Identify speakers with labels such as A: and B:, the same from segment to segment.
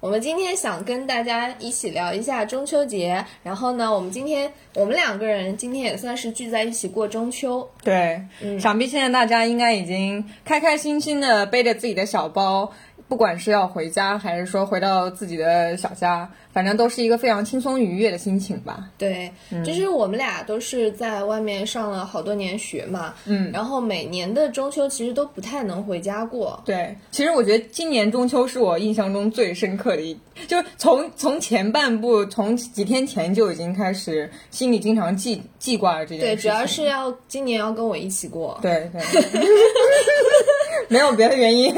A: 我们今天想跟大家一起聊一下中秋节，然后呢，我们今天我们两个人今天也算是聚在一起过中秋，
B: 对，
A: 嗯
B: 想必现在大家应该已经开开心心的背着自己的小包，不管是要回家还是说回到自己的小家，反正都是一个非常轻松愉悦的心情吧。
A: 对，就是我们俩都是在外面上了好多年学嘛，嗯，然后每年的中秋其实都不太能回家过，
B: 对，其实我觉得今年中秋是我印象中最深刻的一，就是从从前半部，从几天前就已经开始心里经常记记挂着这件
A: 对，
B: 事情。
A: 主要是要今年要跟我一起过，
B: 对对， 没有别的原因。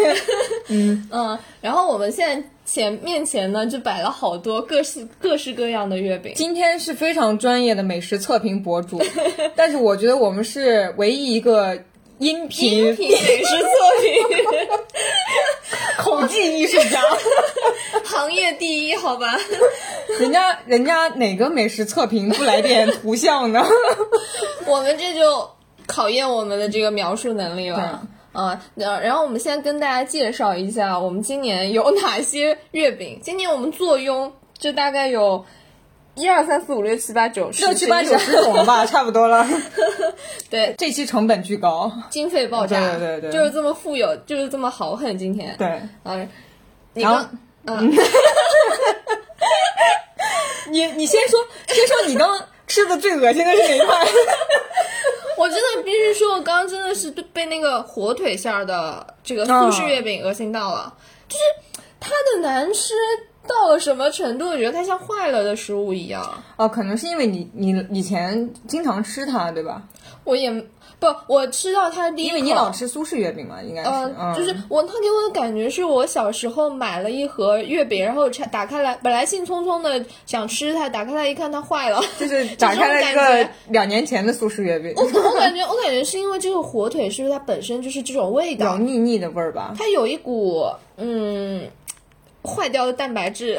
A: 嗯，然后我们现在前面前呢就摆了好多各式各式各样的月饼，
B: 今天是非常专业的美食测评博主， 但是我觉得我们是唯一一个音频
A: 音频美食测评。
B: 口技艺术 家。
A: 行业第一，好吧？
B: 人家人家哪个美食测评不来点图像 呢？
A: 我们这就考验我们的这个描述能力了。啊，那然后我们先跟大家介绍一下，我们今年有哪些月饼？今年我们坐拥就大概有一二三四五六七八九十
B: 六七八九十种 吧，差不多了。
A: 对，
B: 这期成本巨高，
A: 经费爆炸，
B: 对对对对
A: 就是这么富有，就是这么豪横。今天，
B: 对。
A: 啊，你
B: 然后
A: 刚，嗯
B: 你你先说，先说你刚吃的最恶心的是哪一 块？
A: 我真的必须说，我刚刚真的是被那个火腿馅儿的这个苏式月饼恶心到了，就是它的难吃到了什么程度？我觉得它像坏了的食物一样。
B: 哦，可能是因为你你以前经常吃它，对吧？
A: 我也不，我吃到它的第一
B: 因
A: 口，
B: 为你老吃苏式月饼嘛，应该是。
A: 呃，
B: 嗯，
A: 就是我它给我的感觉是我小时候买了一盒月饼，然后拆打开来，本来兴冲冲的想吃它，打开来一看它坏了。
B: 就是打开了一
A: 这种感觉
B: 个
A: 哦
B: 两年前的苏式月饼，
A: 我感觉，我感觉是因为这个火腿是不是它本身就是这种味道
B: 有？腻腻的味儿吧？
A: 它有一股嗯坏掉的蛋白质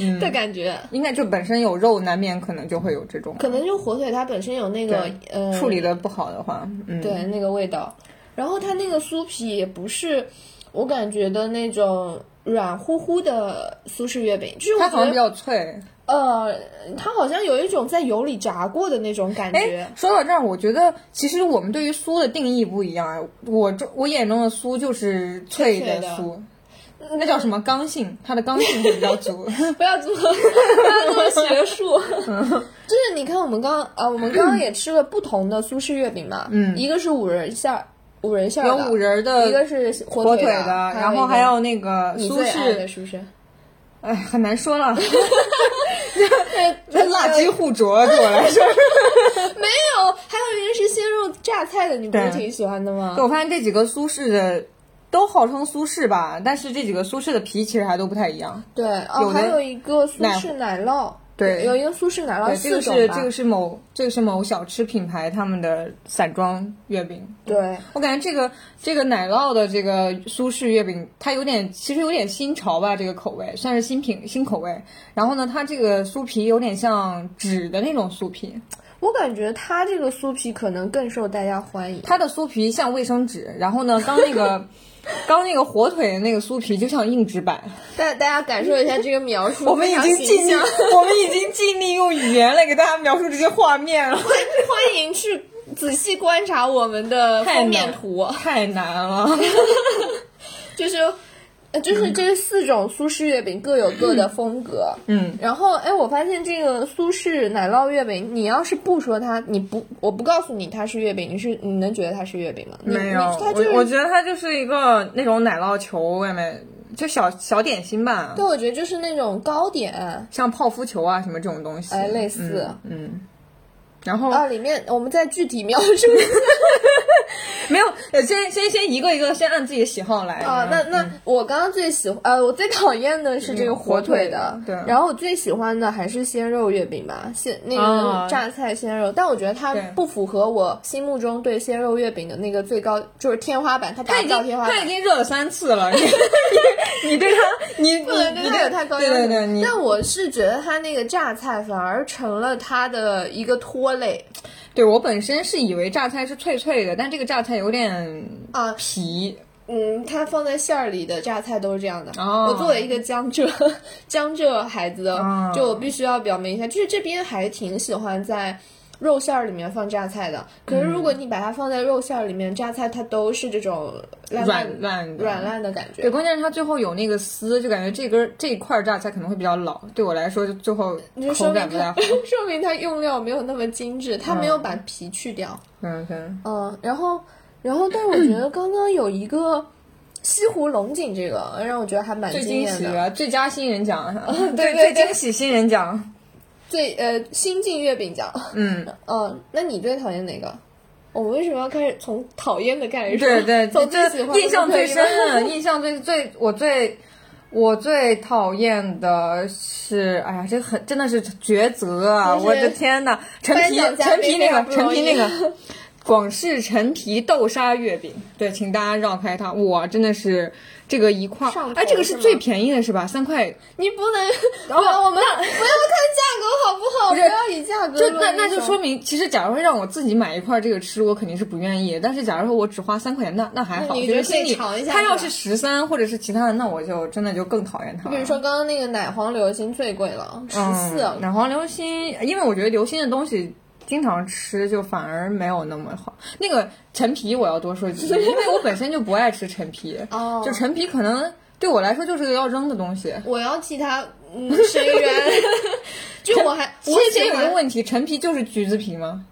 B: 嗯
A: 的感觉，
B: 应该就本身有肉，难免可能就会有这种
A: 可能就火腿它本身有那个
B: 对
A: 呃
B: 处理的不好的话，嗯，
A: 对那个味道，然后它那个酥皮也不是我感觉的那种软乎乎的苏式月饼，就是
B: 它
A: 我
B: 好
A: 觉
B: 像比
A: 得
B: 较脆。
A: 呃它好像有一种在油里炸过的那种感觉
B: 哎。，说到这儿，我觉得其实我们对于酥的定义不一样啊。我这我眼中的酥就是脆
A: 脆脆
B: 的
A: 的
B: 酥，那叫什么刚性？它的刚性会比较足。
A: 不要这么不要这么学 术，就是你看我们刚啊，我们刚刚也吃了不同的苏式月饼嘛，嗯，一个是五仁馅儿，五仁馅儿
B: 有
A: 的
B: 五仁的
A: 一个是
B: 火
A: 火
B: 腿
A: 的，
B: 的，然后还
A: 有
B: 有那个
A: 一个
B: 苏
A: 你最爱的
B: 式，
A: 是不 是？
B: 哎，很难 说了，
A: 没
B: 辣鸡互啄对我来说。
A: 有，还有一个是鲜肉榨菜的，你不是
B: 对
A: 挺喜欢的吗
B: 对，？我发现这几个苏式的都号称苏式吧，但是这几个苏式的皮其实还都不太一样。
A: 对，哦，
B: 有的
A: 还有一个苏式奶酪，
B: 对
A: 有一个苏式奶酪
B: 对，
A: 啊
B: 这
A: 四
B: 个
A: 种
B: 是
A: 吧
B: 这个是某这个是某小吃品牌他们的散装月饼。
A: 对，
B: 我感觉这个这个奶酪的这个苏式月饼，它有点其实有点新潮吧，这个口味算是新品新口味。然后呢，它这个酥皮有点像纸的那种酥皮，
A: 我感觉它这个酥皮可能更受大家欢迎。
B: 它的酥皮像卫生纸，然后呢，刚那个 刚那个火腿的那个酥皮就像硬纸板。
A: 大大家感受一下这个描述，
B: 我们已经
A: 非常
B: 尽
A: 形
B: 力，
A: 象
B: 我们已经尽力用语言来给大家描述这些画 面了，
A: 欢迎去仔细观察我们的
B: 太
A: 封
B: 难
A: 面图，
B: 太难了。
A: 就是。呃就是这四种苏式月饼各有各的风格，
B: 嗯，
A: 然后哎，我发现这个苏式奶酪月饼，你要是不说它，你不，我不告诉你它是月饼，你是你能觉得它是月饼吗？你
B: 没有
A: 你，它就
B: 我我
A: 是，
B: 觉得它就是一个那种奶酪球外面就小小点心吧，
A: 对，我觉得就是那种糕点，
B: 像泡芙球啊什么这种东西，
A: 哎类似
B: 嗯，嗯然后
A: 啊啊，里面我们再具体描述一下，
B: 没有，呃先先先一个一个先按自己的喜好来嗯
A: 啊，那那我刚刚最喜欢呃，我最讨厌的是这个
B: 嗯火
A: 火腿
B: 腿的对
A: 然后我最喜欢的还是鲜肉月饼吧，鲜那
B: 啊
A: 个榨菜鲜肉，但我觉得它
B: 对
A: 不符合我心目中对鲜肉月饼的那个最高就是天花板，它
B: 他
A: 达
B: 已
A: 不到
B: 经
A: 天花
B: 他已
A: 板。
B: 经热了三次了， 你你你对他你
A: 不能对
B: 你你
A: 它有太高
B: 对
A: 要
B: 对
A: 求
B: 对，你
A: 但我是觉得它那个榨菜反而成了它的一个拖累
B: 对我本身是以为榨菜是脆脆的，但这个榨菜有点
A: 啊，
B: 皮，
A: 嗯，它放在馅儿里的榨菜都是这样的。
B: 哦
A: 我作为一个江浙 江浙孩子，
B: 哦
A: 就我必须要表明一下，就是这边还挺喜欢在肉馅儿里面放榨菜的。可是如果你把它放在肉馅儿里面，榨菜它都是这种烂烂
B: 软烂的
A: 软烂的感觉
B: 对，。关键是它最后有那个丝，就感觉这根这一块榨菜可能会比较老，对我来说就最后
A: 你就说
B: 口
A: 明
B: 感不太
A: 它。
B: 好
A: 说明它用料没有那么精致，它没有把皮去掉。
B: 嗯，对，
A: 嗯，然后，然后，但是我觉得刚刚有一个西湖龙井这个让我觉得还蛮
B: 最
A: 惊
B: 惊
A: 艳
B: 喜
A: 的。
B: 的最佳新人奖，
A: 对 对
B: 最最
A: 对
B: 惊喜新人奖，
A: 最呃新晋月饼奖。
B: 嗯，
A: 嗯，那你最讨厌哪个？我们为什么要开始从讨厌的开始说？
B: 对对，
A: 从最
B: 这
A: 喜欢的
B: 印象
A: 就可以
B: 最深
A: 了。
B: 的，印象最最我最我最讨厌的是，哎呀，这很真的是抉择啊！
A: 就是
B: 我的天呐，陈
A: 颁
B: 皮
A: 奖嘉
B: 陈
A: 宾
B: 皮那
A: 非常
B: 个
A: 不
B: 陈皮
A: 容易
B: 那个广式陈皮豆沙月饼，对，请大家绕开它。我真的是这个一块
A: 上，
B: 哎，
A: 头
B: 这个
A: 是
B: 是
A: 吗
B: 最便宜的是吧？三块，
A: 你不 能，不要我们不要看价格好不好？不
B: 是
A: 要以价格
B: 就
A: 论
B: 那那就
A: 英雄
B: 说明，其实假如说让我自己买一块这个吃，我肯定是不愿意。但是假如说我只花三块钱，那那还
A: 那
B: 好，
A: 你
B: 就
A: 就是可以
B: 心里
A: 尝一下
B: 他
A: 是
B: 要
A: 吧
B: 是十三或者是其他的，那我就真的就更讨厌他了。
A: 比如说刚刚那个奶黄流心最贵了，十四、啊
B: 嗯奶黄流心，因为我觉得流心的东西。经常吃就反而没有那么好。那个陈皮我要多 说几句，因为我本身就不爱吃陈皮，
A: 哦
B: 就陈皮可能对我来说就是个要扔的东西。
A: 我要替他嗯声援。 就我 还
B: 其
A: 我
B: 实
A: 喜
B: 这有一
A: 欢
B: 个，问题，陈皮就是橘子皮吗？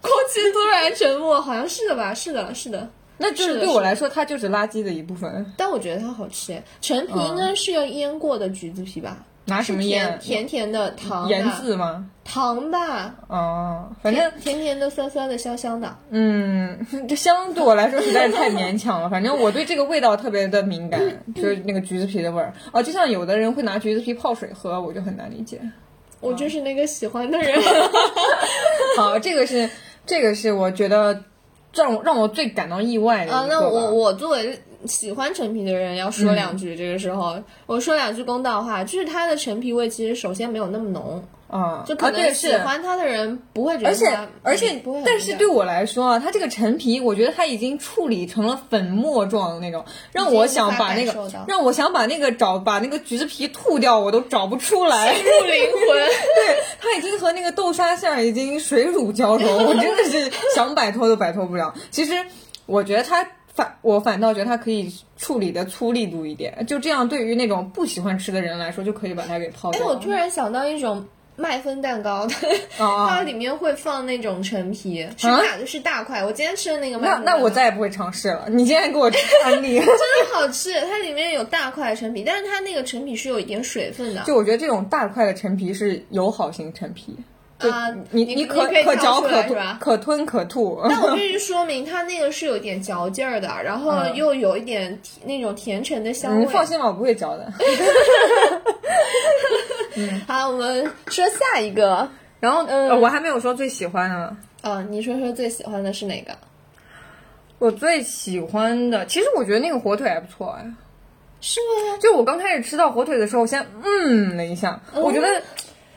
A: 空气突然沉默，好像是的吧？是的，是的。
B: 那就是
A: 的
B: 对
A: 是
B: 我
A: 的
B: 来说，它就是垃圾的一部分。
A: 但我觉得它好吃，陈皮
B: 嗯
A: 应该是用腌过的橘子皮吧？
B: 拿什么
A: 甜
B: 腌？
A: 甜甜的糖
B: 盐
A: 吧，
B: 渍吗？
A: 糖吧，
B: 哦，反正
A: 甜甜的、酸酸的、香香的。
B: 嗯， 这香对我来说实在是太勉强了。反正我对这个味道特别的敏感， 就是那个橘子皮的味儿啊。就像有的人会拿橘子皮泡水喝，我就很难理解。
A: 我就是那个喜欢的人。
B: 好，这个是这个是我觉得让我让我最感到意外的一个吧。嗯
A: 啊，那我我作为喜欢陈皮的人要说两句，这个时候、我说两句公道话，就是它的陈皮味其实首先没有那么浓，
B: 啊，
A: 就可
B: 啊对
A: 能喜
B: 是
A: 欢它的人不会觉得
B: 而且
A: 它
B: 而且
A: 不会，很
B: 但
A: 敏
B: 是
A: 感
B: 对我来说啊，它这个陈皮，我觉得它已经处理成了粉末状的那种，让我想把那
A: 已经无法
B: 个
A: 感受到
B: 让我想把那个找把那个橘子皮吐掉，我都找不出来。
A: 入灵魂。
B: 对，它已经和那个豆沙馅儿已经水乳交融，我真的是想摆脱都摆脱不了。其实我觉得它反，我反倒觉得它可以处理的粗力度一点，就这样对于那种不喜欢吃的人来说，就可以把它给抛
A: 哎，
B: 掉。
A: 我突然想到一种。麦芬蛋糕，
B: 啊
A: 它里面会放那种陈皮，是大是大块。我今天吃的那个麦
B: 那
A: 芬
B: 那
A: 蛋
B: 我
A: 糕
B: 再也不会尝试了。你今天给我安利。
A: 真的好吃，它里面有大块陈皮，但是它那个陈皮是有一点水分的，
B: 就我觉得这种大块的陈皮是友好型陈皮，就
A: 啊
B: 你
A: 你
B: 可
A: 你可以
B: 可
A: 挑
B: 嚼
A: 出
B: 可
A: 来
B: 吐
A: 是 吧
B: 可吞可吐。
A: 但我必须说明，它那个是有点嚼劲儿的，然后
B: 嗯
A: 又有一点甜那种甜橙的香
B: 你
A: 味。
B: 放心吧，我不会 嚼的。
A: 好，我们说下一个。
B: 然后，
A: 嗯
B: 呃我还没有说最喜欢呢。
A: 啊，你说说最喜欢的是哪个？
B: 我最喜欢的，其实我觉得那个火腿还不错哎。
A: 是吗？
B: 就我刚开始吃到火腿的时候，我先嗯了一下，
A: 哦
B: 我觉得，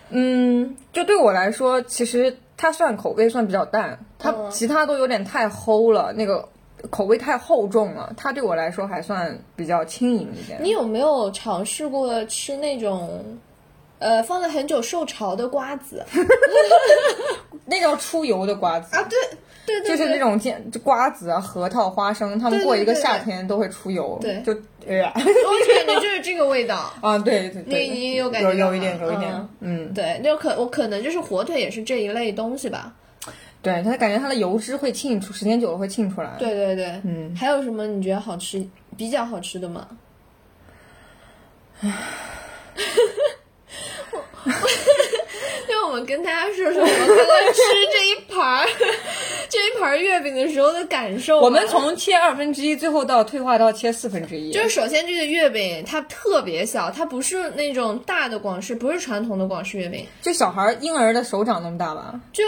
B: 嗯，就对我来说，其实它算口味算比较淡，它
A: 嗯
B: 其他都有点太齁了，那个口味太厚重了，它对我来说还算比较轻盈一点。
A: 你有没有尝试过吃那种，呃，放了很久受潮的瓜子
B: 那叫出油的瓜子。
A: 啊？对，对对，
B: 就是那
A: 对
B: 种见就瓜子啊、核桃、花生，它们
A: 对
B: 过一个
A: 对对
B: 夏天都会出油，
A: 对
B: 就哎呀，
A: 我觉得你就是这个味道。
B: 啊，对对对，
A: 你你有感觉
B: 有
A: 到
B: 有一
A: 吗
B: 点，有一点，嗯
A: 对，就可我可能就是火腿也是这一类东西吧。
B: 对，它感觉它的油脂会沁出，时间久了会沁出来。，
A: 对对对，
B: 嗯，
A: 还有什么你觉得好吃、比较好吃的 吗？我我那我们跟大家说说我们刚刚吃这一盘儿 这一盘月饼的时候的感受吧。
B: 我们从切二分之一，最后到退化到切四分之一，
A: 就是首先这个月饼它特别小，它不是那种大的广式，不是传统的广式月饼，
B: 就小孩儿婴儿的手掌那么大吧？
A: 就。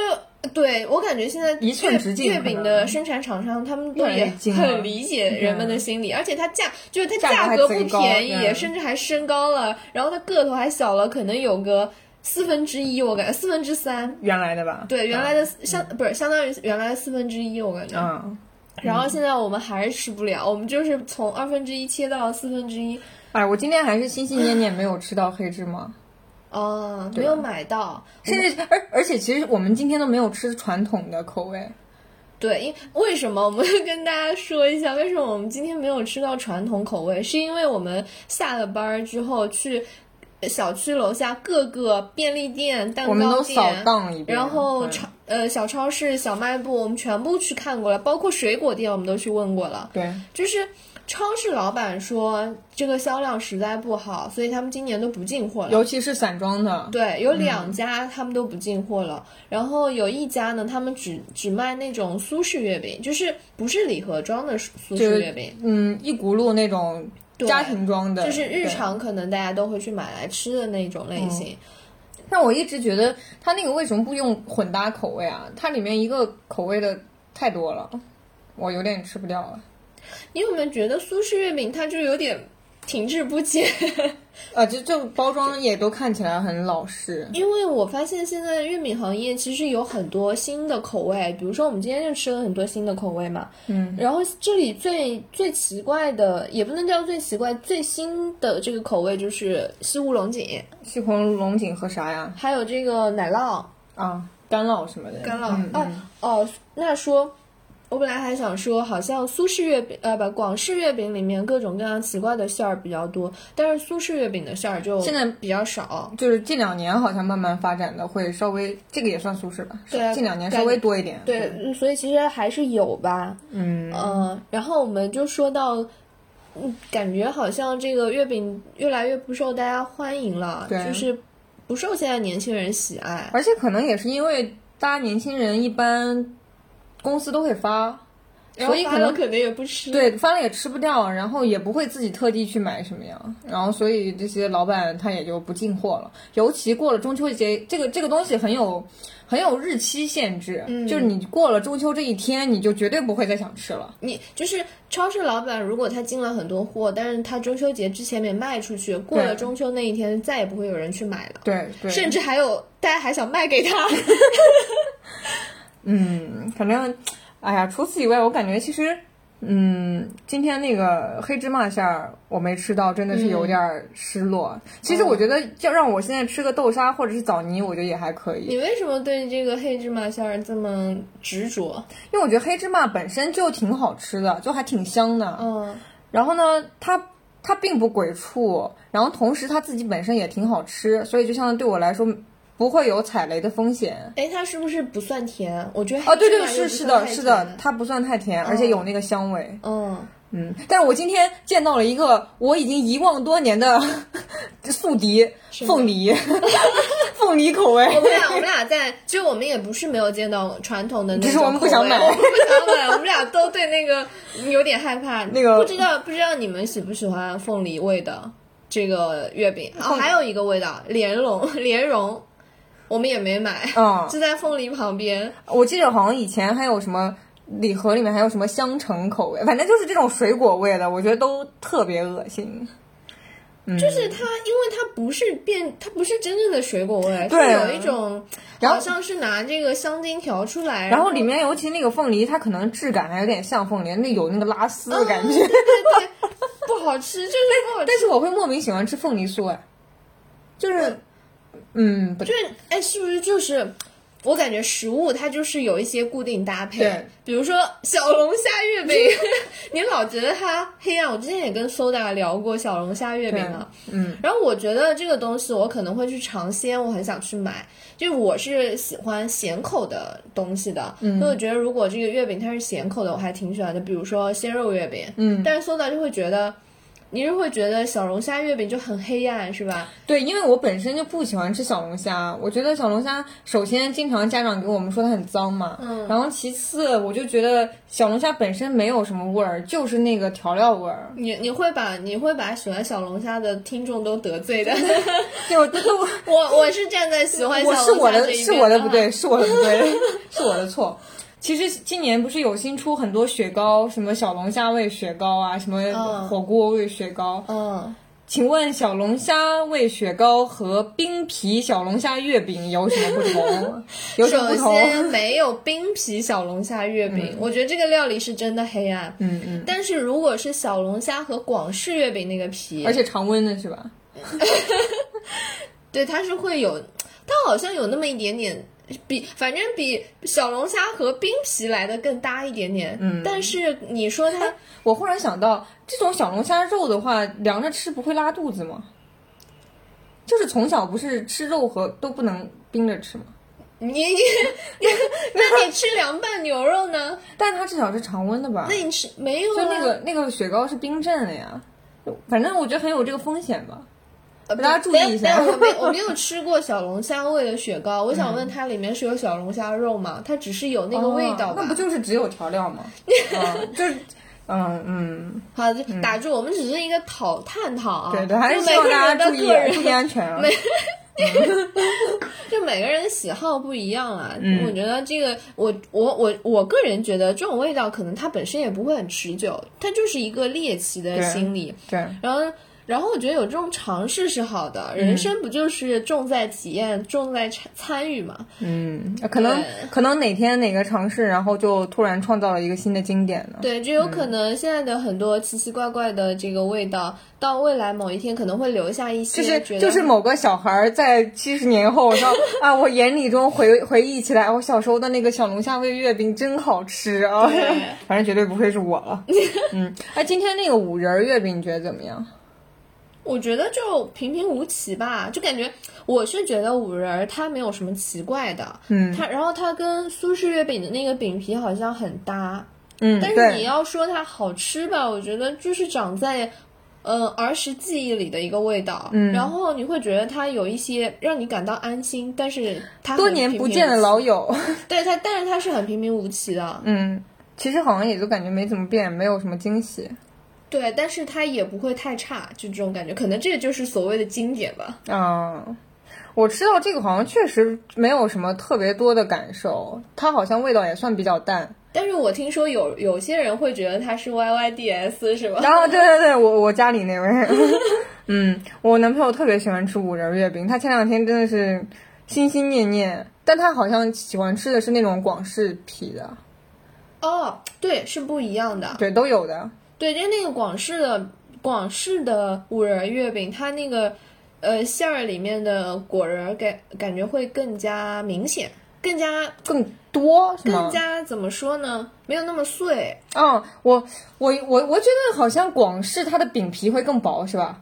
A: 对我感觉现在
B: 一寸
A: 月
B: 直径
A: 月
B: 可
A: 饼
B: 能
A: 的生产厂商，他们都
B: 越来
A: 也
B: 越精了啊
A: 很理解人们的心理，而且它价就是它
B: 价格还
A: 格不
B: 贼高
A: 便宜，
B: 嗯
A: 甚至还升高了，然后它个头还小了，可能有个四分之一，我感觉四分之三。
B: 原来的吧？
A: 对，原来的
B: 啊
A: 相不是相当于原来的四分之一，我感觉。
B: 嗯，
A: 然后现在我们还是吃不了，我们就是从二分之一切到了四分之一，
B: 哎，我今天还是心心念念没有吃到黑芝麻。
A: 哦，
B: 啊
A: 没有买到。
B: 甚至而而且其实我们今天都没有吃传统的口味，
A: 对，因为什么我们跟大家说一下，为什么我们今天没有吃到传统口味，是因为我们下了班儿之后去小区楼下各个便利店、蛋
B: 我们
A: 糕
B: 都扫
A: 店。
B: 荡一遍，
A: 然后
B: 对
A: 超呃小超市、小卖部，我们全部去看过了，包括水果店我们都去问过了。
B: 对，
A: 就是超市老板说这个销量实在不好，所以他们今年都不进货了。
B: 尤其是散装的，
A: 对，有
B: 嗯
A: 两家他们都不进货了，然后有一家呢，他们只只卖那种苏式月饼，就是不是礼盒装的苏苏式月饼，
B: 嗯，一轱辘那种
A: 对
B: 家庭装的，
A: 就是日
B: 对。嗯
A: 常可能大家都会去买来吃的那种类型。
B: 但我一直觉得它那个为什么不用混搭口味啊？它里面一个口味的太多了，我有点吃不掉了。
A: 你有没有觉得苏式月饼它就有点停滞不前？
B: 啊，就就包装也都看起来很老式，
A: 因为我发现现在月饼行业其实有很多新的口味，比如说我们今天就吃了很多新的口味嘛。
B: 嗯，
A: 然后这里最最奇怪的，也不能叫最奇怪，最新的这个口味就是西湖龙井，
B: 西红柿龙井和啥呀？
A: 还有这个奶酪、
B: 啊，干酪什么的，
A: 干酪。
B: 嗯
A: 哦、哦，那说。我本来还想说，好像苏式月饼，呃，不，广式月饼里面各种各样奇怪的馅儿比较多，但是苏式月饼的馅儿就
B: 现在嗯
A: 比较少。
B: 就是近两年好像慢慢发展的会稍微，这个也算苏式吧？
A: 对啊
B: 近两年
A: 感
B: 稍微多一点。
A: 对，嗯所以其实还是有吧。
B: 嗯
A: 嗯，然后我们就说到，嗯，感觉好像这个月饼越来越不受大家欢迎了，
B: 对
A: 就是不受现在年轻人喜爱。
B: 而且可能也是因为大家年轻人一般公司都会发，所以
A: 然后发
B: 可
A: 了
B: 能
A: 可能也不吃。，
B: 对发了也吃不掉，然后也不会自己特地去买什么样，然后所以这些老板他也就不进货了。尤其过了中秋节，这个这个东西很有很有日期限制，
A: 嗯
B: 就是你过了中秋这一天，你就绝对不会再想吃了。
A: 你就是超市老板，如果他进了很多货，但是他中秋节之前没卖出去，过
B: 对
A: 了中秋那一天再也不会有人去买了，
B: 对对，
A: 甚至还有大家还想卖给他。
B: 嗯，反正，哎呀，除此以外，我感觉其实，嗯，今天那个黑芝麻馅儿我没吃到，真的是
A: 嗯
B: 有点儿失落。其实我觉得，要让我现在吃个豆沙或者是枣泥，我觉得也还可以，
A: 你为什么对这个黑芝麻馅儿这么执着？
B: 因为我觉得黑芝麻本身就挺好吃的，就还挺香的。
A: 嗯。
B: 然后呢，它它并不鬼畜，然后同时它自己本身也挺好吃，所以就相对对我来说不会有踩雷的风险。
A: 哎，它是不是不算甜？我觉得
B: 哦，
A: 黑
B: 对
A: 芝
B: 对，
A: 麻
B: 是
A: 又
B: 是
A: 不算
B: 的，
A: 太
B: 是的
A: 甜，
B: 它不算太甜，而且有那个香味。
A: 嗯，
B: 嗯，但是我今天见到了一个我已经遗忘多年的 宿敌
A: 是吗
B: 凤梨， 凤梨口
A: 我
B: 味。
A: 们俩我们俩在，其实我们也不是没有见到传统的那种口味，
B: 只是我们不想买
A: 我们不想买，我们俩都对那个有点害怕。
B: 那个
A: 不知道不知道你们喜不喜欢凤梨味的这个月饼？哦，还有一个味道莲蓉， 莲蓉，我们也没买，
B: 嗯
A: 就在凤梨旁边。
B: 我记得好像以前还有什么礼盒里面还有什么香橙口味，反正就是这种水果味的，我觉得都特别恶心。嗯
A: 就是它，因为它不是变，它不是真正的水果味，
B: 对
A: 它有一种
B: 然后
A: 好像是拿这个香精调出来，
B: 然后里面尤其那个凤梨，它可能质感还有点像凤梨，那有那个拉丝的感觉。
A: 对对对，不好吃，就是不好吃。
B: 但是我会莫名喜欢吃凤梨酥，哎，就是，嗯，不
A: 就是哎，是不是就是？我感觉食物它就是有一些固定搭配
B: 对，
A: 比如说小龙虾月饼， 你老觉得它黑暗。我之前也跟 Soda 聊过小龙虾月饼嘛，
B: 嗯，
A: 然后我觉得这个东西我可能会去尝鲜，我很想去买，就是我是喜欢咸口的东西的，嗯，所以我觉得如果这个月饼它是咸口的，我还挺喜欢的，比如说鲜肉月饼，
B: 嗯
A: 但是 Soda 就会觉得你是会觉得小龙虾月饼就很黑暗，是吧？
B: 对，因为我本身就不喜欢吃小龙虾，我觉得小龙虾首先经常家长给我们说它很脏嘛，嗯，然后其次我就觉得小龙虾本身没有什么味儿，就是那个调料味儿。
A: 你你会把你会把喜欢小龙虾的听众都得罪的。
B: 对，我觉得我
A: 我我是站在喜欢小
B: 我
A: 龙虾
B: 是我的
A: 这一
B: 是
A: 边啊
B: 我的不对，是我的不对，是我的错。其实今年不是有新出很多雪糕，什么小龙虾味雪糕啊，什么
A: 嗯
B: 火锅味雪糕。
A: 嗯，
B: 请问小龙虾味雪糕和冰皮小龙虾月饼有什么不同？有什么
A: 首
B: 不同？
A: 先没有冰皮小龙虾月饼，我觉得这个料理是真的黑暗。
B: 嗯嗯，
A: 但是如果是小龙虾和广式月饼那个皮，
B: 而且常温的是吧？
A: 对，它是会有，它好像有那么一点点，比反正比小龙虾和冰皮来的更搭一点点。嗯，但是你说 它，
B: 我忽然想到，这种小龙虾肉的话，凉着吃不会拉肚子吗？就是从小不是吃肉和都不能冰着吃吗？
A: 你你 你，那你吃凉拌牛肉呢？
B: 但它至少是常温的吧？
A: 那你吃没有、啊？
B: 就那个那个雪糕是冰镇的呀，反正我觉得很有这个风险吧。
A: 呃
B: 大家
A: 不
B: 注意一下
A: 等等我没我没有吃过小龙虾味的雪糕，我想问它里面是有小龙虾肉吗？它只是有那个味道
B: 嗯哦
A: 吧？
B: 那不就是只有调料 吗？嗯就是，嗯嗯，
A: 好，就打住，我们只是一个讨探讨啊，
B: 对对，还是
A: 就
B: 希
A: 每
B: 望
A: 个
B: 大
A: 人
B: 家
A: 的
B: 注意
A: 个人
B: 注意安全啊。
A: 就每个人的喜好不一样啦。
B: 嗯
A: 我觉得这个，我我我我个人觉得这种味道可能它本身也不会很持久，它就是一个猎奇的
B: 对
A: 心理。
B: 对，
A: 然后，然后我觉得有这种尝试是好
B: 嗯
A: 的，人生不就是重在体验，重在参参与嘛？
B: 嗯，可能可能哪天哪个尝试，然后就突然创造了一个新的经典呢？
A: 对，就有可
B: 嗯
A: 能现在的很多奇奇怪怪的这个味道，到未来某一天可能会留下一些
B: 就
A: 觉
B: 是
A: 得，
B: 就是某个小孩儿在七十年后 说啊，我眼里中回回忆起来，我小时候的那个小龙虾味月饼真好吃啊
A: 对，
B: 反正绝对不会是我 了。嗯，哎，今天那个五仁儿月饼你觉得怎么样？
A: 我觉得就平平无奇吧，就感觉我是觉得五仁儿它没有什么奇怪的，
B: 嗯
A: 它然后它跟苏式月饼的那个饼皮好像很搭，
B: 嗯，
A: 但是你
B: 对，
A: 要说它好吃吧，我觉得就是长在。呃，儿时记忆里的一个味道，嗯然后你会觉得它有一些让你感到安心，但是它很
B: 多年
A: 平
B: 不
A: 平
B: 见的
A: 无奇
B: 老友，
A: 对它，但是它是很平平无奇的，
B: 嗯，其实好像也就感觉没怎么变，没有什么惊喜
A: 对，但是它也不会太差，就这种感觉，可能这就是所谓的经典吧。
B: 啊。我吃到这个好像确实没有什么特别多的感受，它好像味道也算比较淡。
A: 但是我听说有有些人会觉得它是 YYDS 是吧？
B: 然后对对对，我我家里那位， 嗯，我男朋友特别喜欢吃五仁月饼，他前两天真的是心心念念，但他好像喜欢吃的是那种广式皮的，
A: 哦，对，是不一样的。
B: 对，都有的，
A: 对，因为那个广式的广式的五仁月饼，它那个呃馅儿里面的果仁儿感感觉会更加明显，更加
B: 更多是吗
A: 更？加怎么说呢？没有那么碎。
B: 嗯，我我我我觉得好像广式它的饼皮会更薄是吧？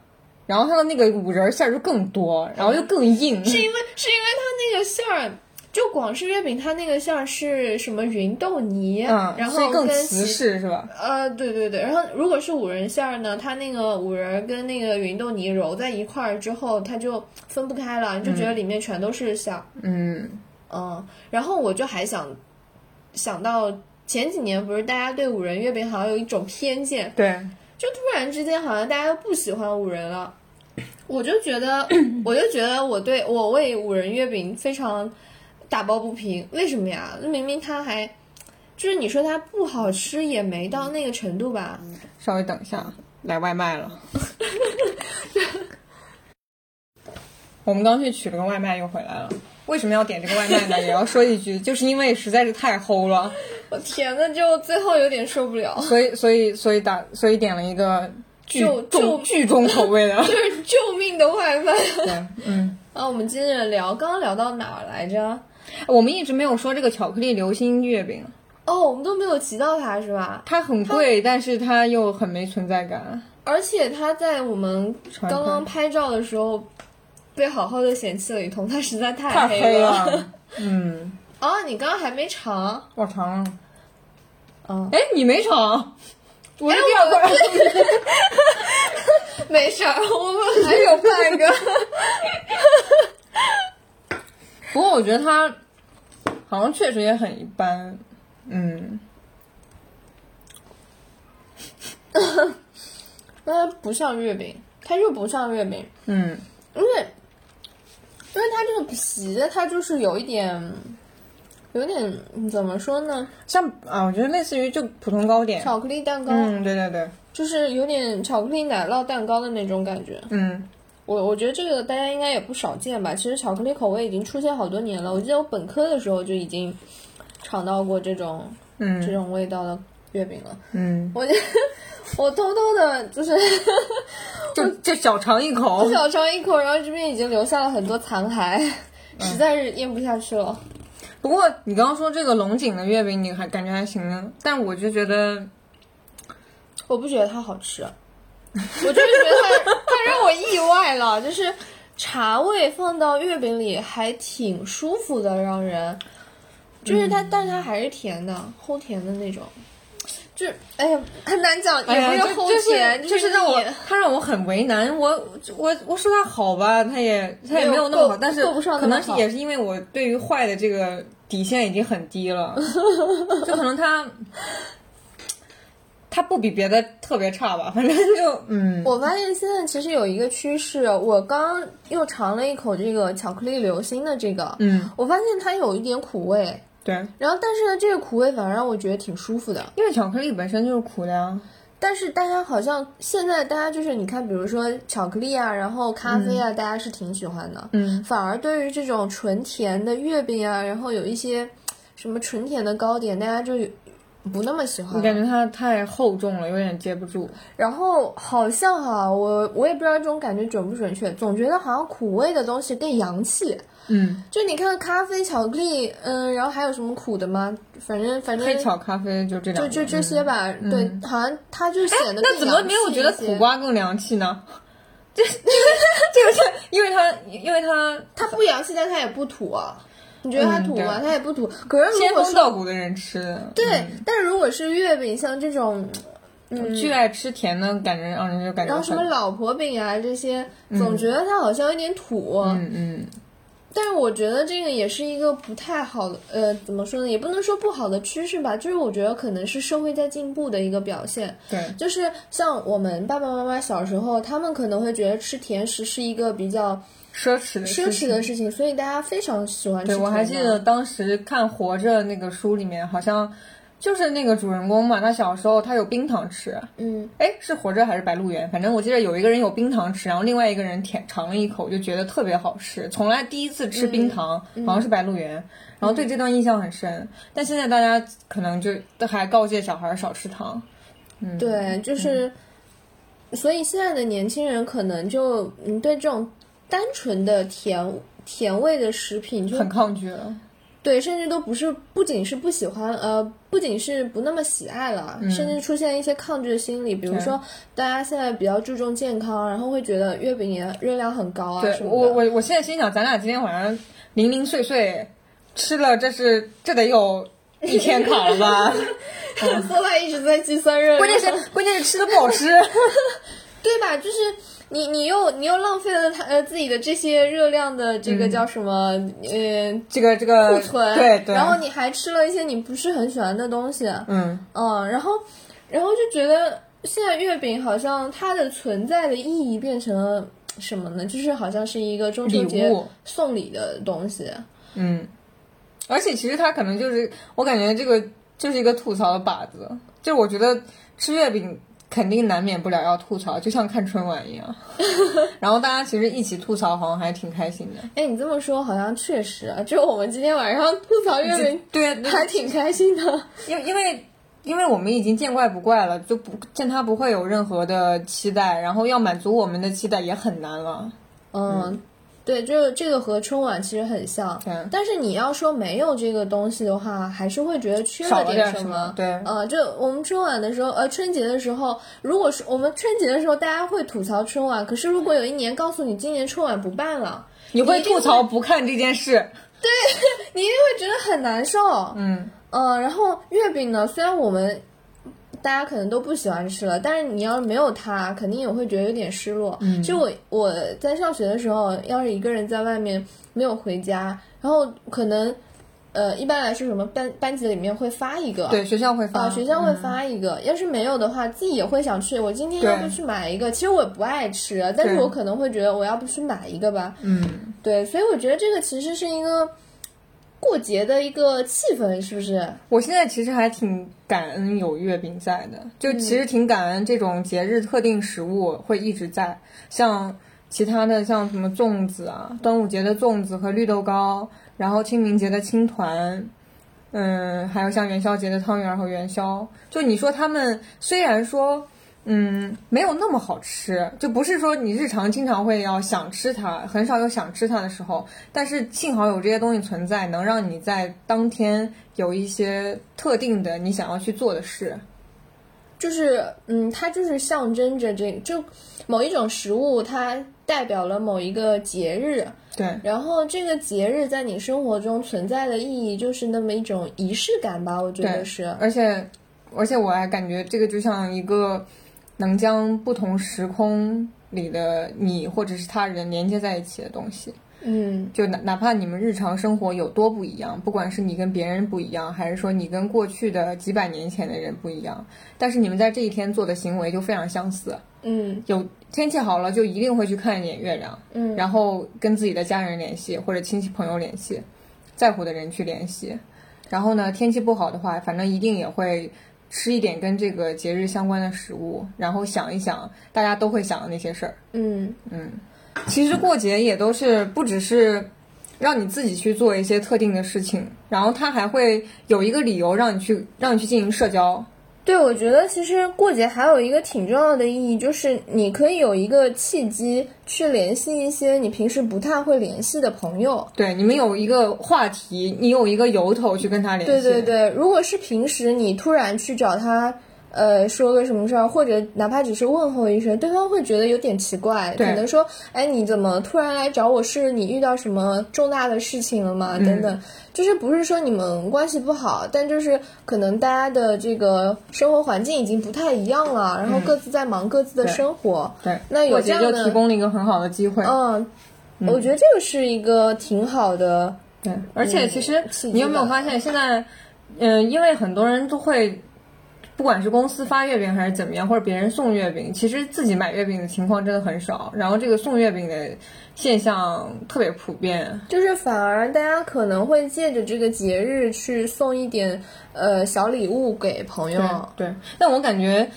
B: 然后它的那个五仁馅儿就更多，然后又更硬，
A: 是因为是因为它那个馅儿，就广式月饼它那个馅儿是什么芸豆泥，
B: 嗯，
A: 然
B: 所
A: 后
B: 以更
A: 跟
B: 瓷
A: 其
B: 实是吧？
A: 呃，对对对，然后如果是五仁馅儿呢，它那个五仁儿跟那个芸豆泥揉在一块儿之后，它就分不开了，你就觉得里面全都是小，
B: 嗯，
A: 嗯然后我就还想想到前几年不是大家对五仁月饼好像有一种偏见，
B: 对，
A: 就突然之间好像大家都不喜欢五仁了，我就觉得我就觉得我对我为五仁月饼非常打抱不平，为什么呀？那明明它还。就是你说它不好吃，也没到那个程度吧？
B: 稍微等一下，来外卖了。 我们刚去取了个外卖，又回来了。为什么要点这个外卖呢？也要说一句，就是因为实在是太齁了，
A: 我天呐，就最后有点受不了，
B: 所以所以所以打所以点了一个巨
A: 就
B: 重
A: 就
B: 巨重口 味的。
A: 就是救命的外卖
B: 对，嗯，
A: 啊！我们接着聊，刚刚聊到哪儿来着？
B: 我们一直没有说这个巧克力流心月饼，
A: 哦，我们都没有提到它是吧？
B: 它很贵，但是它又很没存在感。
A: 而且它在我们
B: 传
A: 刚刚
B: 开
A: 拍照的时候被好好的嫌弃了一通，它实在
B: 太
A: 太
B: 黑
A: 了。
B: 了，嗯，
A: 啊，你刚刚还没尝
B: 我尝了。
A: 啊？哎
B: 哎，你没尝？我是第二块。
A: 没事儿，我们还
B: 还有半个。 不过我觉得他好像确实也很一般，嗯，
A: 那不像月饼，它就不像月饼，
B: 嗯，
A: 因为因为它这个皮，它就是有一点，有点怎么说呢？
B: 像啊，我觉得类似于就普通糕点，
A: 巧克力蛋糕，
B: 嗯，对对对，
A: 就是有点巧克力奶酪蛋糕的那种感觉。
B: 嗯，
A: 我我觉得这个大家应该也不少见吧。其实巧克力口味已经出现好多年了，我记得我本科的时候就已经尝到过这种
B: 嗯
A: 这种味道的月饼了。
B: 嗯，
A: 我我偷偷的就是
B: 就就小尝一口，
A: 小尝一口，然后这边已经留下了很多残骸，实在是咽不下去了。
B: 不过你刚刚说这个龙井的月饼，你还感觉还行呢，但我就觉得
A: 我不觉得它好吃，我就是觉得它它让我意外了，就是茶味放到月饼里还挺舒服的，让人就是它，但是它还是甜的，齁甜的那种。就是哎呀，很难讲，
B: 哎
A: 也
B: 呀，
A: 不
B: 就
A: 齁甜，
B: 就是是让我
A: 你
B: 他让我很为难。我我我说他好吧，他也他也没有那么
A: 没
B: 好，
A: 有
B: 但是
A: 够不上那
B: 可
A: 么
B: 能是
A: 好
B: 也是因为我对于坏的这个底线已经很 低了，就可能他他不比别的特别差吧，反正就嗯
A: 我发现现在其实有一个趋势，我刚又尝了一口这个巧克力流心的这个，
B: 嗯
A: 我发现它有一点苦味，
B: 对，
A: 然后但是呢，这个苦味反而让我觉得挺舒服的。
B: 因为巧克力本身就是苦的呀，
A: 但是大家好像现在大家就是你看，比如说巧克力啊，然后咖啡啊，大家是挺喜欢的。
B: 嗯
A: 反而对于这种纯甜的月饼啊，然后有一些什么纯甜的糕点，大家就不那么喜欢
B: 我
A: 了。
B: 感觉它太厚重了，有点接不住。
A: 然后好像哈、我我也不知道这种感觉准不准确，总觉得好像苦味的东西更洋气。
B: 嗯，
A: 就你看咖啡、巧克力，嗯，然后还有什么苦的吗？反正反正
B: 黑巧咖啡就这两嗯
A: 就就
B: 个。
A: 这些吧。对，好像它就显得
B: 哎那
A: 更
B: 怎么没有
A: 洋气
B: 觉得
A: 一些
B: 苦瓜更凉气呢？ 这这个这个是因为它因为它
A: 它不洋气，但它也不土啊。你觉得它土吗？
B: 嗯对
A: 它也不土。可是
B: 仙
A: 如果
B: 风
A: 说
B: 道骨的人吃的，
A: 对，但如果是月饼，像这种，
B: 嗯，巨爱吃甜的，感觉让人就感觉
A: 然后什么
B: 很
A: 老婆饼啊这些，总觉得它好像有点土。啊
B: 嗯嗯
A: 但是我觉得这个也是一个不太好的，呃，怎么说呢？也不能说不好的趋势吧，就是我觉得可能是社会在进步的一个表现。
B: 对，
A: 就是像我们爸爸妈妈小时候，他们可能会觉得吃甜食是一个比较
B: 奢侈的
A: 奢
B: 事
A: 侈
B: 情
A: 的。事情，所以大家非常喜欢吃
B: 嗯对，
A: 甜的。
B: 我还记得当时看《活着》那个书里面，好像就是那个主人公嘛，他小时候他有冰糖吃，
A: 嗯，
B: 哎，是活着还是白鹿原？反正我记得有一个人有冰糖吃，然后另外一个人舔尝了一口，就觉得特别好吃。从来第一次吃
A: 嗯
B: 冰糖，好像是白鹿原，然后对这段印象很深。但现在大家可能就都还告诫小孩少吃糖。
A: 对，
B: 嗯
A: 就是，所以现在的年轻人可能就嗯对这种单纯的甜甜味的食品就
B: 很抗拒了，
A: 嗯对，甚至都不是不仅是不喜欢，呃，不仅是不那么喜爱了，
B: 嗯
A: 甚至出现一些抗拒的心理。比如说，大家现在比较注重健康，然后会觉得月饼也热量很高啊
B: 对
A: 什么的。
B: 我我我现在心想，咱俩今天晚上零零碎碎吃了，这是这得有一天卡了 吧？
A: 现在一直在计算热量，
B: 关键是关键是吃的不好吃，
A: 对吧？就是你你又你又浪费了他呃自己的这些热量的这
B: 嗯
A: 个叫什么、呃
B: 这个这个
A: 库存，
B: 对对，
A: 然后你还吃了一些你不是很喜欢的东西，
B: 嗯
A: 嗯，然后，然后就觉得现在月饼好像它的存在的意义变成了什么呢？就是好像是一个中秋
B: 礼
A: 节
B: 物
A: 送礼的东西，
B: 嗯，而且其实他可能就是，我感觉这个就是一个吐槽的靶子，就我觉得吃月饼肯定难免不了要吐槽，就像看春晚一 样。然后大家其实一起吐槽，好像还挺开心的。
A: 哎，你这么说好像确实啊，就我们今天晚上吐槽月饼
B: 对，
A: 还挺开心的。
B: 因为因为因为我们已经见怪不怪了，就不见他不会有任何的期待，然后要满足我们的期待也很难了。
A: 嗯，对，就这个和春晚其实很像
B: 对，
A: 但是你要说没有这个东西的话，还是会觉得缺
B: 少
A: 了
B: 了点
A: 什
B: 什么对
A: 呃，就我们春晚的时候，呃，春节的时候，如果是我们春节的时候，大家会吐槽春晚，可是如果有一年告诉你今年春晚不办了，
B: 你会
A: 一定
B: 吐槽不看这件事，
A: 你一定会觉得很难受。
B: 嗯，
A: 呃，然后月饼呢，虽然我们大家可能都不喜欢吃了，但是你要是没有它，肯定也会觉得有点失落。嗯，就我我在上学的时候，要是一个人在外面没有回家，然后可能呃，一般来说什么班班级里面会发一个，
B: 对，嗯学校会发，
A: 啊、学校会发一个。要是没有的话，自己也会想去。我今天要不
B: 对
A: 去买一个，其实我也不爱吃，啊但是
B: 对
A: 我可能会觉得我要不去买一个吧。
B: 嗯，
A: 对，所以我觉得这个其实是一个过节的一个气氛，是不是？
B: 我现在其实还挺感恩有月饼在的，就其实挺感恩这种节日特定食物会一直在，像其他的像什么粽子啊，端午节的粽子和绿豆糕，然后清明节的青团。嗯，还有像元宵节的汤圆和元宵，就你说他们虽然说，嗯，没有那么好吃，就不是说你日常经常会要想吃它，很少有想吃它的时候，但是幸好有这些东西存在，能让你在当天有一些特定的你想要去做的事。
A: 就是，嗯，它就是象征着这就某一种食物，它代表了某一个节日，
B: 对，
A: 然后这个节日在你生活中存在的意义就是那么一种仪式感吧，我觉得
B: 对嗯
A: 是。
B: 而且而且我还感觉这个就像一个能将不同时空里的你或者是他人连接在一起的东西。
A: 嗯，
B: 就哪哪怕你们日常生活有多不一样，不管是你跟别人不一样，还是说你跟过去的几百年前的人不一样，但是你们在这一天做的行为就非常相似。
A: 嗯
B: 有天气好了，就一定会去看一眼月亮，
A: 嗯，
B: 然后跟自己的家人联系，或者亲戚朋友联系，在乎的人去联系。然后呢，天气不好的话，反正一定也会吃一点跟这个节日相关的食物，然后想一想大家都会想的那些事儿。
A: 嗯，
B: 其实过节也都是不只是让你自己去做一些特定的事情，然后它还会有一个理由让你去让你去进行社交。
A: 对，我觉得其实过节还有一个挺重要的意义，就是你可以有一个契机去联系一些你平时不太会联系的朋友。
B: 对，你们有一个话题，你有一个由头去跟他联
A: 对
B: 系。
A: 对对，如果是平时你突然去找他，呃，说个什么事儿，或者哪怕只是问候一声，对方会觉得有点奇怪，可
B: 对
A: 能说，哎，你怎么突然来找我？是你遇到什么重大的事情了吗？
B: 嗯
A: 等等，就是不是说你们关系不好，但就是可能大家的这个生活环境已经不太一样了，然后各自在忙各自的生活。
B: 嗯对，
A: 那有
B: 过
A: 这
B: 节
A: 样
B: 就
A: 的
B: 提供了一个很好的机会。
A: 嗯，我觉得这个是一个挺好的，
B: 对，而且其实
A: 契机
B: 你有没有
A: 吧
B: 发现，现在，嗯、因为很多人都会，不管是公司发月饼还是怎么样，或者别人送月饼，其实自己买月饼的情况真的很少。然后这个送月饼的现象特别普遍。
A: 就是反而大家可能会借着这个节日去送一点呃小礼物给朋友。
B: 对，但我感觉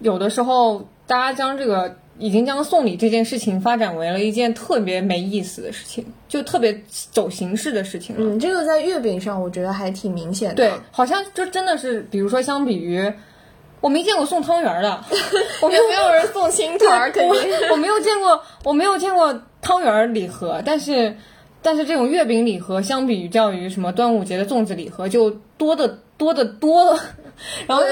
B: 有的时候大家将这个。已经将送礼这件事情发展为了一件特别没意思的事情，就特别走形式的事情了。
A: 嗯，这个在月饼上我觉得还挺明显的。
B: 对，好像就真的是，比如说相比于，我没见过送汤圆儿的，我没有
A: 有 没有人送青团儿？肯定。
B: 我我没有见过，我没有见过汤圆儿礼盒，但是但是这种月饼礼盒，相比于较于什么端午节的粽子礼盒，就多的多的多了。然后就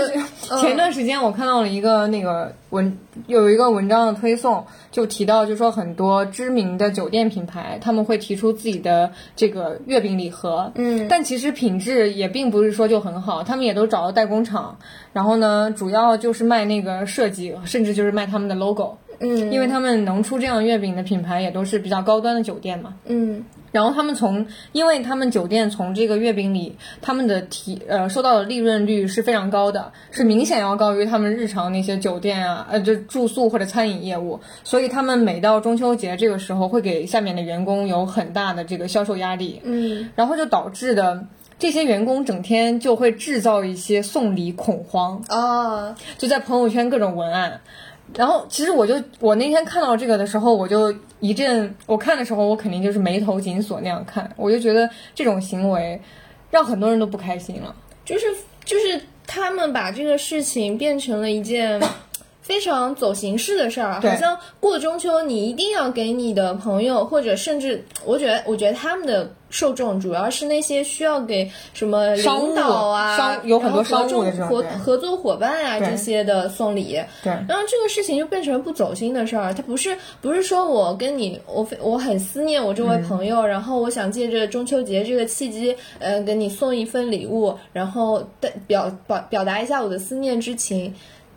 A: 嗯
B: 前段时间我看到了一个那个文有一个文章的推送，就提到就说很多知名的酒店品牌他们会提出自己的这个月饼礼盒，
A: 嗯
B: 但其实品质也并不是说就很好，他们也都找到代工厂，然后呢主要就是卖那个设计，甚至就是卖他们的 logo，
A: 嗯
B: 因为他们能出这样月饼的品牌也都是比较高端的酒店嘛。
A: 嗯
B: 然后他们从，因为他们酒店从这个月饼里，他们的提呃收到的利润率是非常高的，是明显要高于他们日常那些酒店啊，呃就住宿或者餐饮业务，所以他们每到中秋节这个时候会给下面的员工有很大的这个销售压力，
A: 嗯，
B: 然后就导致的这些员工整天就会制造一些送礼恐慌，
A: 哦，
B: 就在朋友圈各种文案。然后其实我就我那天看到这个的时候，我就一阵我看的时候，我肯定就是眉头紧锁那样看，我就觉得这种行为让很多人都不开心了。
A: 就是就是他们把这个事情变成了一 件非常走形式的事儿，啊
B: 对
A: 好像过中秋你一定要给你的朋友，或者甚至我觉得我觉得他们的受众主要是那些需要给什么
B: 商务
A: 领导啊，
B: 商有很多
A: 然后合
B: 商务
A: 众
B: 的这种
A: 合
B: 对
A: 合作伙伴啊
B: 对
A: 这些的送礼。
B: 对
A: 然后这个事情就变成了不走心的事儿，它不是不是说我跟你我非我很思念我这位
B: 嗯
A: 朋友，然后我想借着中秋节这个契机，呃，给你送一份礼物，然后代表表表达一下我的思念之情，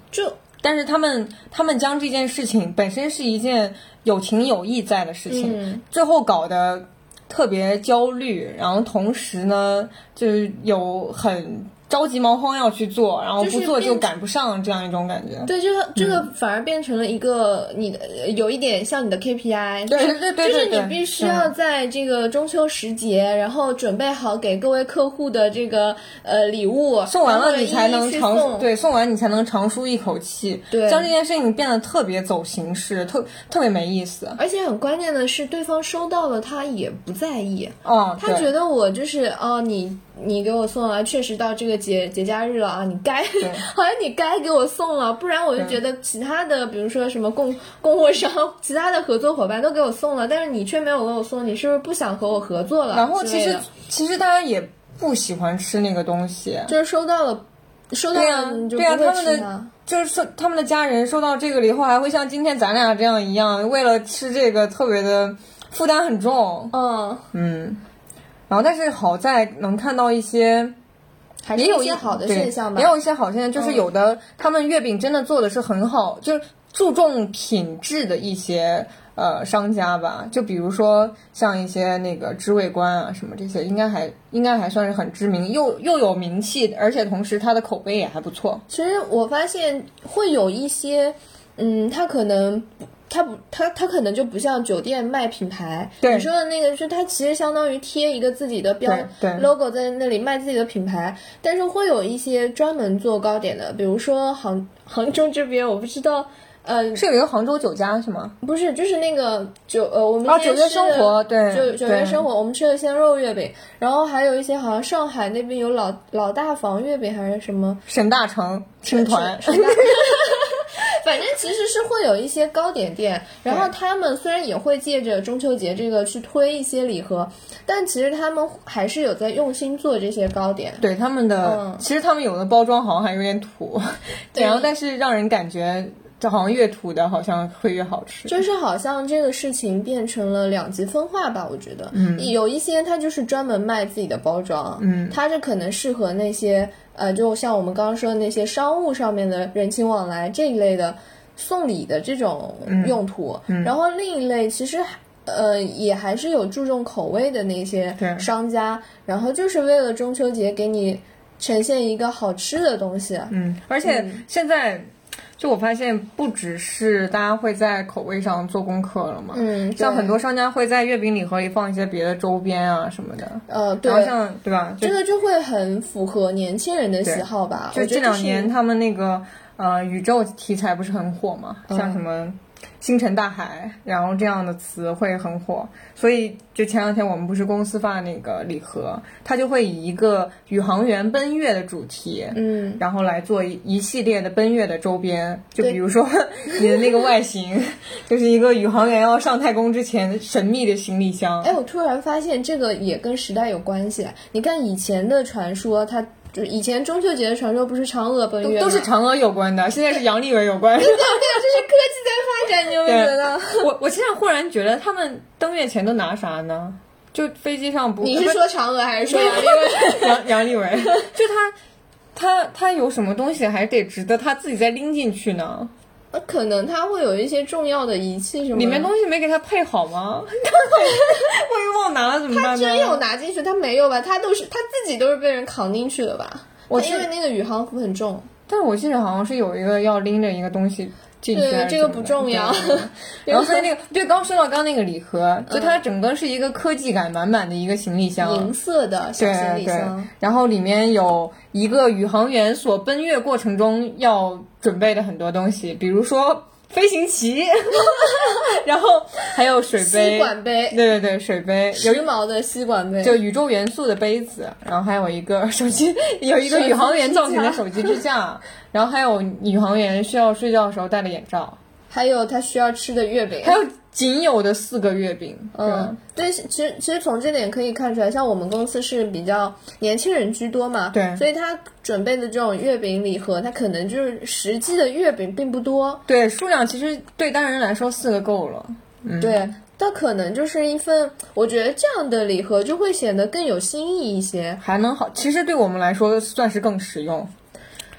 A: 就
B: 但是他们他们将这件事情本身是一件有情有义在的事情，
A: 嗯
B: 最后搞得特别焦虑，然后同时呢，就是有很着急忙慌要去做，然后
A: 就是
B: 不做就
A: 变成
B: 赶不上这样一种感觉。
A: 对，这个这个
B: 嗯
A: 反而变成了一个你的有一点像你的 KPI，就
B: 对
A: 是
B: 对对
A: 就是
B: 对
A: 你必须
B: 嗯
A: 要在这个中秋时节，然后准备好给各位客户的这个呃礼物，
B: 送完
A: 然
B: 了
A: 后
B: 你才
A: 一一
B: 能
A: 去
B: 长
A: 送。
B: 对，送完你才能长舒一口气，
A: 对
B: 将这件事情变得特别走形式，特特别没意思。
A: 而且很关键的是，对方收到了他也不在意，
B: 嗯，
A: 他
B: 对
A: 觉得我就是哦，你你给我送了，确实到这个节节假日了啊，你该 好像你该给我送了，不然我就觉得其他的，比如说什么供供货商、其他的合作伙伴都给我送了，但是你却没有给我送，你是不是不想和我合作了之类的？
B: 然后其实其实大家也不喜欢吃那个东西，
A: 就是收到了，收到
B: 对呀、
A: 了你就不
B: 对呀、啊
A: 会
B: 他
A: 吃
B: 们的
A: 它。
B: 就是说他们的家人收到这个了以后，还会像今天咱俩这样一样，为了吃这个特别的负担很重，
A: 嗯，
B: 嗯。然后，但是好在能看到一些，
A: 还是
B: 也有
A: 一些好的现象吧。嗯
B: 对也有一些好现象，就是有的、他们月饼真的做的是很好，就是注重品质的一些呃商家吧，就比如说像一些那个知味观啊什么这些，应该还应该还算是很知名，又又有名气，而且同时它的口碑也还不错。
A: 其实我发现会有一些，嗯，他可能不他不他他可能就不像酒店卖品牌，
B: 对
A: 你说的那个是他其实相当于贴一个自己的标
B: 对对
A: logo 在那里卖自己的品牌，但是会有一些专门做糕点的，比如说杭杭州这边我不知道，呃，
B: 是有一个杭州酒家是吗？
A: 不是，就是那个九呃，我们
B: 哦
A: 之前吃
B: 九月
A: 的
B: 生活对
A: 九九月
B: 对
A: 生活，我们吃的鲜肉月饼，然后还有一些好像上海那边有老老大房月饼还是什么，
B: 沈大成青团，
A: 是是的反正其实是会有一些糕点店，然后他们虽然也会借着中秋节这个去推一些礼盒，但其实他们还是有在用心做这些糕点。
B: 对他们的、
A: 嗯
B: 其实他们有的包装好像还有点土，
A: 对
B: 然后但是让人感觉这好像越土的好像会越好吃。
A: 就是好像这个事情变成了两极分化吧，我觉得，嗯，有一些他就是专门卖自己的包装，嗯，他这可能适合那些呃，就像我们刚刚说的那些商务上面的人情往来这一类的送礼的这种
B: 嗯
A: 用途，然后另一类其实还呃也还是有注重口味的那些
B: 对
A: 商家，然后就是为了中秋节给你呈现一个好吃的东西，
B: 嗯，而且现在。就我发现，不只是大家会在口味上做功课了嘛，
A: 嗯
B: 像
A: 对
B: 很多商家会在月饼礼盒里放一些别的周边啊什么的，
A: 呃，对
B: 然。后像对吧？就
A: 这个就会很符合年轻人的喜好吧？
B: 就
A: 我觉
B: 这
A: 得
B: 两
A: 是
B: 年他们那个呃宇宙题材不是很火嘛，
A: 嗯
B: 像什么星辰大海，然后这样的词汇很火，所以就前两天我们不是公司发那个礼盒，它就会以一个宇航员奔月的主题，
A: 嗯，
B: 然后来做一一系列的奔月的周边，就比如说 你的那个外形， 就是一个宇航员要上太空之前神秘的行李箱，
A: 哎，我突然发现这个也跟时代有关系。啊你看以前的传说，它就是以前中秋节的传说不是嫦娥奔月吗
B: 都是嫦娥有关的，现在是杨利伟有关。
A: 对啊，对啊，这是科技在发展，你有没有觉得？
B: 我我现在忽然觉得他们登月前都拿啥呢？就飞机上不？
A: 你是
B: 不
A: 说嫦娥还是说杨利伟？
B: 杨 杨利伟？就他他他有什么东西还得值得他自己再拎进去呢？
A: 呃 可能它会有一些重要的仪器什么的。
B: 里面东西没给他配好吗？ 万一忘拿了怎么
A: 他
B: 办
A: 真有
B: 呢？
A: 拿进去，他没有吧？他都是他自己都是被人扛进去的吧？
B: 我
A: 他因
B: 是
A: 为那个宇航服很重，
B: 但是我记得好像是有一个要拎着一个东西进去
A: 对
B: 还是怎么的，
A: 这个不重要
B: 对。然后他那个对，刚说到刚刚那个礼盒，就它整个是一个科技感满满的一个行李箱，
A: 嗯银色的小行
B: 啊对啊
A: 李
B: 对
A: 箱。，
B: 然后里面有一个宇航员所奔月过程中要准备的很多东西，比如说飞 行棋，然后还有水杯、
A: 吸管杯
B: 对对对，水杯有
A: 时髦的吸管杯，
B: 就宇宙元素的杯子，然后还有一个手 机，有一个宇航员造型的手机支架，然后还有宇航员需要睡觉的时候戴的眼罩，
A: 还有他需要吃的月饼，
B: 还有仅有的四个月饼，
A: 嗯，对，其实其实从这点可以看出来，像我们公司是比较年轻人居多嘛，
B: 对
A: 所以他准备的这种月饼礼盒，他可能就是实际的月饼并不多，
B: 对，数量其实对单人来说四个够了，
A: 对，但可能就是一份，我觉得这样的礼盒就会显得更有新意一些，
B: 还能好，其实对我们来说算是更实用。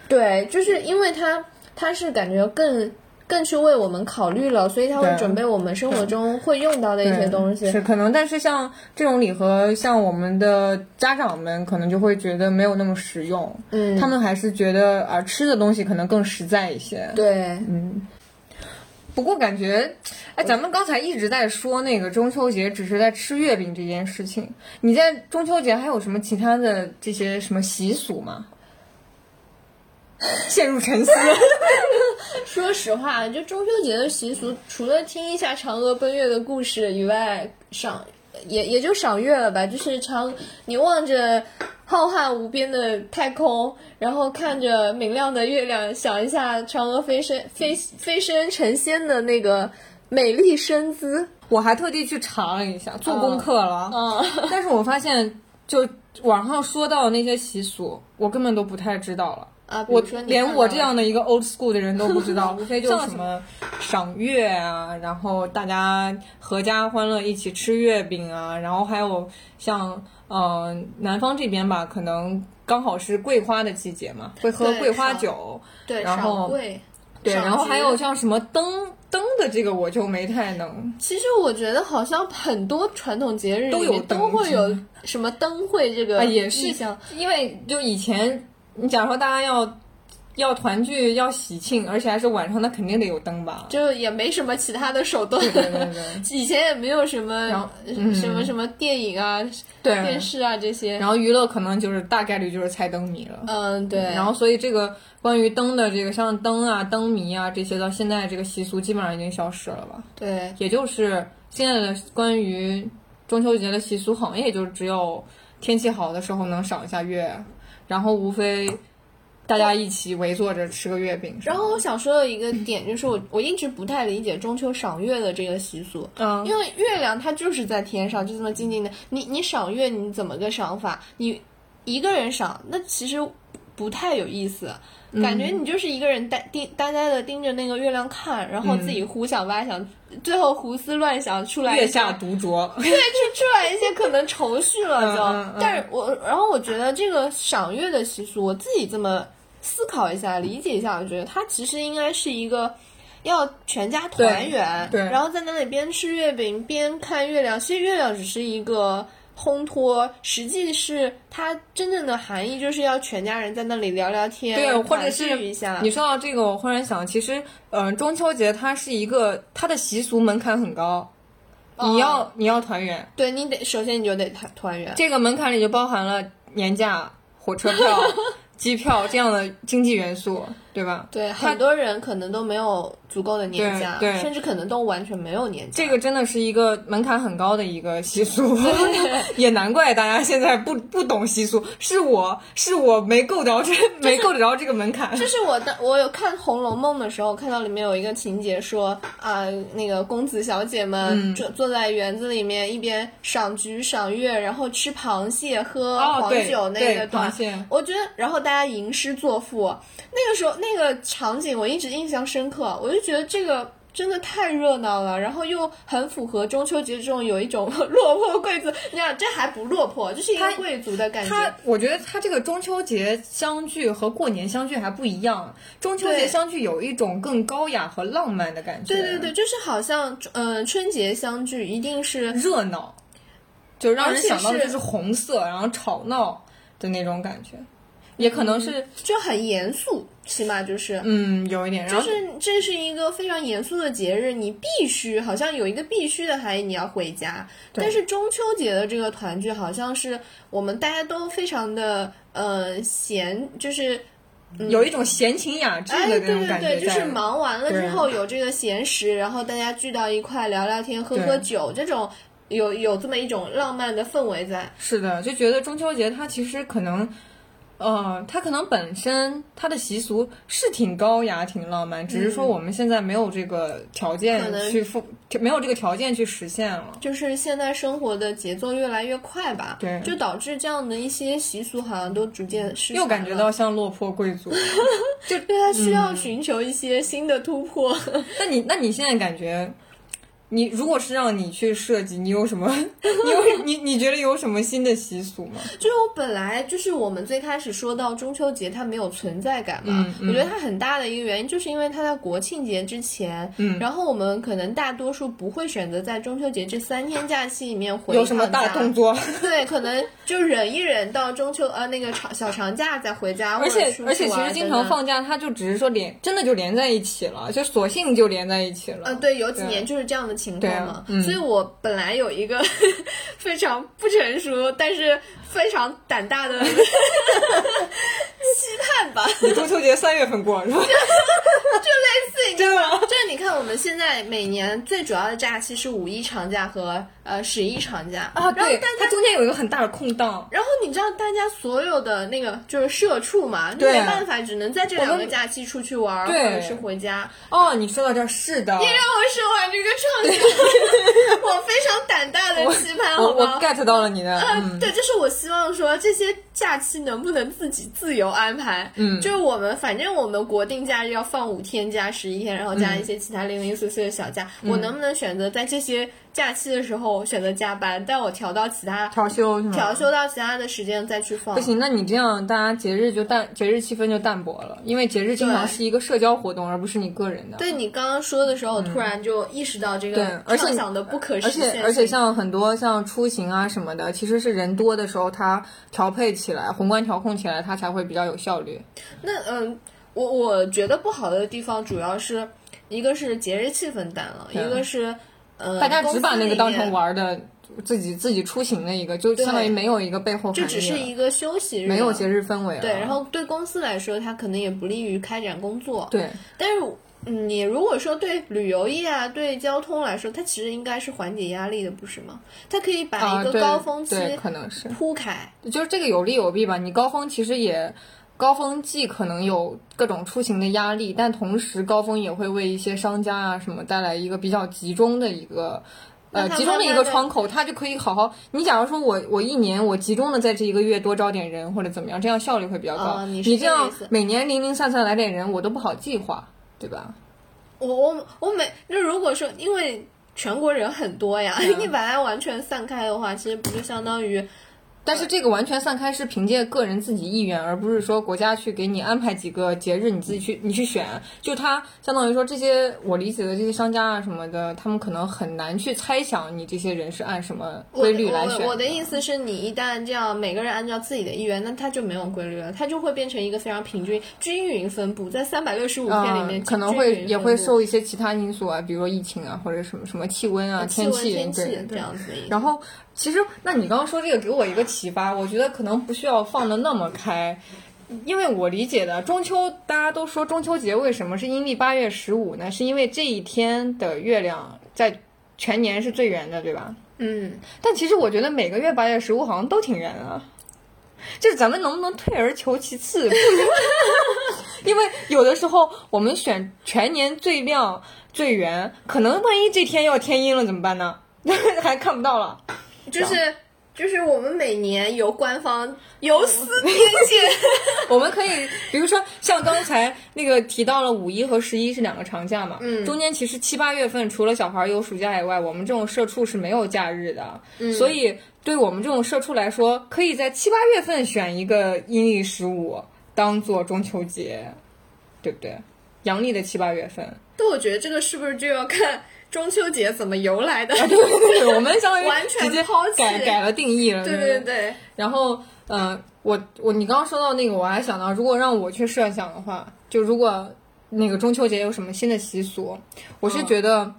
A: 对，就是因为他他是感觉更。更去为我们考虑了，所以他会
B: 对
A: 准备我们生活中会用到的一些
B: 对
A: 东西。
B: 是可能，但是像这种礼盒，像我们的家长们可能就会觉得没有那么实用，
A: 嗯
B: 他们还是觉得啊吃的东西可能更实在一些。嗯
A: 对，
B: 不过感觉，哎，咱们刚才一直在说那个中秋节只是在吃月饼这件事情，你在中秋节还有什么其他的这些什么习俗吗？ 陷入沉思。
A: 说实话，就中秋节的习俗，除了听一下嫦娥奔月的故事以外，赏也也就赏月了吧。就是嫦，你望着浩瀚无边的太空，然后看着明亮的月亮，想一下嫦娥飞升飞飞升成仙的那个美丽身姿。
B: 我还特地去查了一下，做功课了。
A: 嗯，
B: 但是我发现，就网上说到的那些习俗，我根本都不太知道了。
A: 啊比如
B: 我
A: 说你
B: 连
A: 看
B: 我
A: 到
B: 这样的一个 old school 的人都不 知道，无非就
A: 像
B: 是什么赏月啊，然后大家阖家欢乐一起吃月饼啊，然后还有像呃南方这边吧，可能刚好是桂花的季节嘛，会喝
A: 对
B: 桂花
A: 赏
B: 酒，
A: 对，
B: 然后
A: 赏桂。
B: 对，
A: 赏
B: 然后
A: 菊
B: 还有像什么灯灯的这个我就没太能，
A: 其实我觉得好像很多传统节日
B: 都
A: 里
B: 有
A: 面
B: 灯
A: 都会
B: 是
A: 有什么灯会这个
B: 啊，也是
A: 意象，
B: 因为就以前，你假如说大家要要团聚、要喜庆，而且还是晚上，那肯定得有灯吧？
A: 就也没什么其他的手段。
B: 对对 对
A: 以前也没有什么
B: 然后嗯
A: 什么什么电影啊、电
B: 对。
A: 视啊这些。
B: 然后娱乐可能就是大概率就是猜灯谜了。
A: 嗯，对。
B: 然后所以这个关于灯的这个像灯啊、灯谜啊这些，到现在这个习俗基本上已经消失了吧？
A: 对
B: 也就是现在的关于中秋节的习俗，好像也就只有天气好的时候能赏一下月，然后无非大家一起围坐着吃个月饼。是吧
A: 然后我想说的一个点就是 我，我一直不太理解中秋赏月的这个习俗，
B: 嗯，
A: 因为月亮它就是在天上，就这么静静的。你你赏月，你怎么个赏法？你一个人赏，那其实不太有意思，
B: 嗯
A: 感觉你就是一个人呆盯呆呆的盯着那个月亮看，然后自己胡想八想，最后胡思乱想出来一
B: 嗯 月
A: 下
B: 下独酌，
A: 对，就出来一些可能愁绪了就。
B: 嗯嗯嗯
A: 但是我，然后我觉得这个赏月的习俗，我自己这么思考一下、理解一下，我觉得它其实应该是一个。要全家团圆，
B: 对对
A: 然后在那里边吃月饼边看月亮。其实月亮只是一个烘托，实际是它真正的含义就是要全家人在那里聊聊天，
B: 对，或者
A: 团
B: 是
A: 聚一下。
B: 你说到这个，我忽然想，其实，嗯、中秋节它是一个它的习俗门槛很高，
A: 哦
B: 你要你要团圆，
A: 对你得首先你就得团团圆，
B: 这个门槛里就包含了年假、火车 票、机票这样的经济元素，对吧？
A: 对，
B: 它
A: 很多人可能都没有足够的年
B: 对
A: 假，
B: 对
A: 甚至可能都完全没有年假。
B: 这个真的是一个门槛很高的一个习 俗，也难怪大家现在不不懂习俗，是我是我没够着这没够得着这个门槛，
A: 就是我的，我有看《红楼梦》的时候，看到里面有一个情节说啊、那个公子小姐
B: 嗯
A: 们坐、坐在园子里面，一边赏菊赏月，然后吃螃蟹、喝
B: 哦
A: 黄
B: 对
A: 酒那
B: 对
A: 个段
B: 螃蟹，
A: 我觉得，然后大家吟诗作赋，那个时候那个场景我一直印象深刻，我就觉得这个。真的太热闹了，然后又很符合中秋节这种有一种 落魄贵族，你想这还不落魄，就是一个
B: 他
A: 贵族的感觉。
B: 它，我觉得它这个中秋节相聚和过年相聚还不一样。中秋
A: 对
B: 节相聚有一种更高雅和浪漫的感觉，
A: 对对，对，就是好像，嗯、春节相聚一定是
B: 热闹，就让
A: 而
B: 人
A: 且
B: 想到的
A: 是
B: 就是红色，然后吵闹的那种感觉，也可
A: 嗯
B: 能是
A: 就很严肃，起码就是，
B: 嗯有一点，然
A: 就
B: 后
A: 是这是一个非常严肃的节日，你必须好像有一个必须的含义，你要回家。但是中秋节的这个团聚，好像是我们大家都非常的，呃，闲，就是
B: 有一种闲情雅致
A: 嗯哎，
B: 的
A: 对
B: 那种
A: 对
B: 感
A: 对，
B: 觉
A: 就是
B: 在。
A: 忙完了之
B: 对啊
A: 后有这个闲时，然后大家聚到一块聊聊天、喝喝
B: 对
A: 酒，这种有有这么一种浪漫的氛围在。
B: 是的，就觉得中秋节它其实可能。呃，它可能本身它的习俗是挺高雅、挺浪漫，只是说我们现在没有这个条件
A: 嗯可能
B: 去付，没有这个条件去实现了。
A: 就是现在生活的节奏越来越快吧，
B: 对
A: 就导致这样的一些习俗好像都逐渐失
B: 又感觉到嗯像落魄贵族，
A: 就对他需要寻求一些新的突破。
B: 那你那你现在感觉，你如果是让你去设计，你有什么？ 你有你你觉得有什么新的习俗吗？
A: 就是我本来就是我们最开始说到中秋节它没有存在感嘛，
B: 嗯嗯
A: 我觉得它很大的一个原因就是因为它在国庆节之前，
B: 嗯
A: 然后我们可能大多数不会选择在中秋节这三天假期里面回
B: 有什么大动
A: 作？
B: 作？
A: 对，可能就忍一忍到中秋呃那个长小长假再回家，
B: 而
A: 或
B: 且
A: 者出去
B: 而且，其
A: 玩
B: 实经常
A: 等等。
B: 放假，它就只是说连真的就连在一起了，就索性就连在一起了。
A: 呃，对，有几
B: 对
A: 年就是这样的情
B: 对
A: 况
B: 啊
A: 嘛，
B: 嗯
A: 所以我本来有一个 非常不成熟，但是非常胆大的 期盼吧，
B: 你中秋节三月份 过是吧？
A: 对，
B: 真的吗？
A: 就是你看，我们现在每年最主要的假期是五一长假和呃十一长假
B: 啊，
A: 然后
B: 对，
A: 但
B: 它中间有一个很大的空档。
A: 然后你知道大家所有的那个就是社畜嘛，
B: 对啊
A: 没办法，只能在这两
B: 我
A: 个
B: 们
A: 假期出去玩儿，或
B: 对
A: 者是回家。
B: 哦，你说到这儿，是的，
A: 让我说完这 个创新，我非常胆大的期盼，
B: 我
A: 好
B: 我
A: 吗？
B: get 到了你的，嗯，
A: 呃对，就是我希望说这些假期能不能自己自由安排？
B: 嗯
A: 就是我们反正我们国定假日要放五天加十一天，然后
B: 嗯
A: 加一些其他零零碎碎的小假，我能不能选择在这些假期的时候选择加班，但我调到其他
B: 调休是吗？
A: 调休到其他的时间再去放？
B: 不行，那你这样大家节日就淡，节日气氛就淡薄了，因为节日经常
A: 对
B: 是一个社交活动，而不是你个人的。
A: 对你刚刚说的时候，我突然就意识到这
B: 嗯对
A: 个
B: 而且
A: 畅想的不可实
B: 而
A: 现性
B: 且而且像很多像出行啊什么的，其实是人多的时候，它调配起来、宏观调控起来，它才会比较有效率。
A: 那嗯，我我觉得不好的地方主要是一个是节日气氛淡了，一
B: 对
A: 个是呃，
B: 大家
A: 公
B: 只
A: 司
B: 把那
A: 里
B: 个当
A: 面
B: 成玩儿的，自己自己出行的一个，就相当于没有一个背后
A: 就
B: 含
A: 只
B: 义
A: 是
B: 了
A: 一个休息日，
B: 没有节。日氛围了。
A: 对，然后对公司来说，它可能也不利于开展工作。，
B: 对
A: 但是嗯你如果说对旅游业啊、对交通来说，它其实应该是缓解压力的，不是吗？它可以把
B: 啊，
A: 一个
B: 对
A: 高峰期
B: 对可能是。
A: 铺开。
B: 就是这个有利有弊吧。你高峰其实也，高峰既可能有各种出行的压力，但同时高峰也会为一些商家啊什么带来一个比较集中的一个。
A: 那
B: 呃，
A: 它
B: 集中的一
A: 慢慢
B: 个
A: 地
B: 窗口，它就可以好好。你假如说我我一年我集中的在这一个月多招点人或者怎么样，这样效率会比较高。
A: 哦你
B: 你
A: 是
B: 这
A: 这个
B: 样
A: 意思
B: 每年零零散散来点人，我都不好计划，对吧？
A: 我我我每就如果说因为。全国人很多呀，
B: 啊
A: 你把它完全散开的话，其实不就相当于
B: 但是这个完全散开是凭借个人自己意愿，而不是说国家去给你安排几个节日，你自己去你去选。就它相当于说这些我理解的这些商家啊什么的，他们可能很难去猜想你这些人是按什么
A: 我
B: 规律来选
A: 我我的意
B: 思，
A: 思是你一旦这样，每个人按照自己的意愿，那它就没有规律了，它就会变成一个非常平均、均匀分布，在三百六十五天里面、
B: 嗯，可能会也会受一些其他因素啊，比如说疫情啊，或者什么什么气温啊、
A: 气温、
B: 气
A: 天
B: 对
A: 这
B: 对。
A: 样子的意思。
B: 然后，其实，那你刚刚说这个给我一个启发，我觉得可能不需要放的那么开，因为我理解的中秋，大家都说中秋节为什么是阴历八月十五呢？是因为这一天的月亮在全年是最圆的，对吧？
A: 嗯，
B: 但其实我觉得每个月八月十五好像都挺圆啊，就是咱们能不能退而求其次？ 因为有的时候我们选全年最亮最圆，可能万一这天要天阴了怎么办呢？ 还看不到了。
A: 就是就是我们每年由官方游丝边 界，
B: 我们可以，比如说像刚才那个提到了五一和十一是两个长假嘛，
A: 嗯
B: 中间其实七八月份除了小孩有暑假以外，我们这种社畜是没有假日的，
A: 嗯
B: 所以对我们这种社畜来说，可以在七八月份选一个阴历十五当做中秋节，对不对？阳历的七八月份，
A: 但我觉得这个是不是就要看中秋节怎么由来 的？
B: 对对对，我们相当于
A: 完全
B: 直接
A: 抛弃
B: 改改了定义了，
A: 对
B: 不
A: 对对，
B: 然后，呃，我我你刚刚说到那个，我还想到，如果让我去设想的话，就如果那个中秋节有什么新的习俗，我是觉得，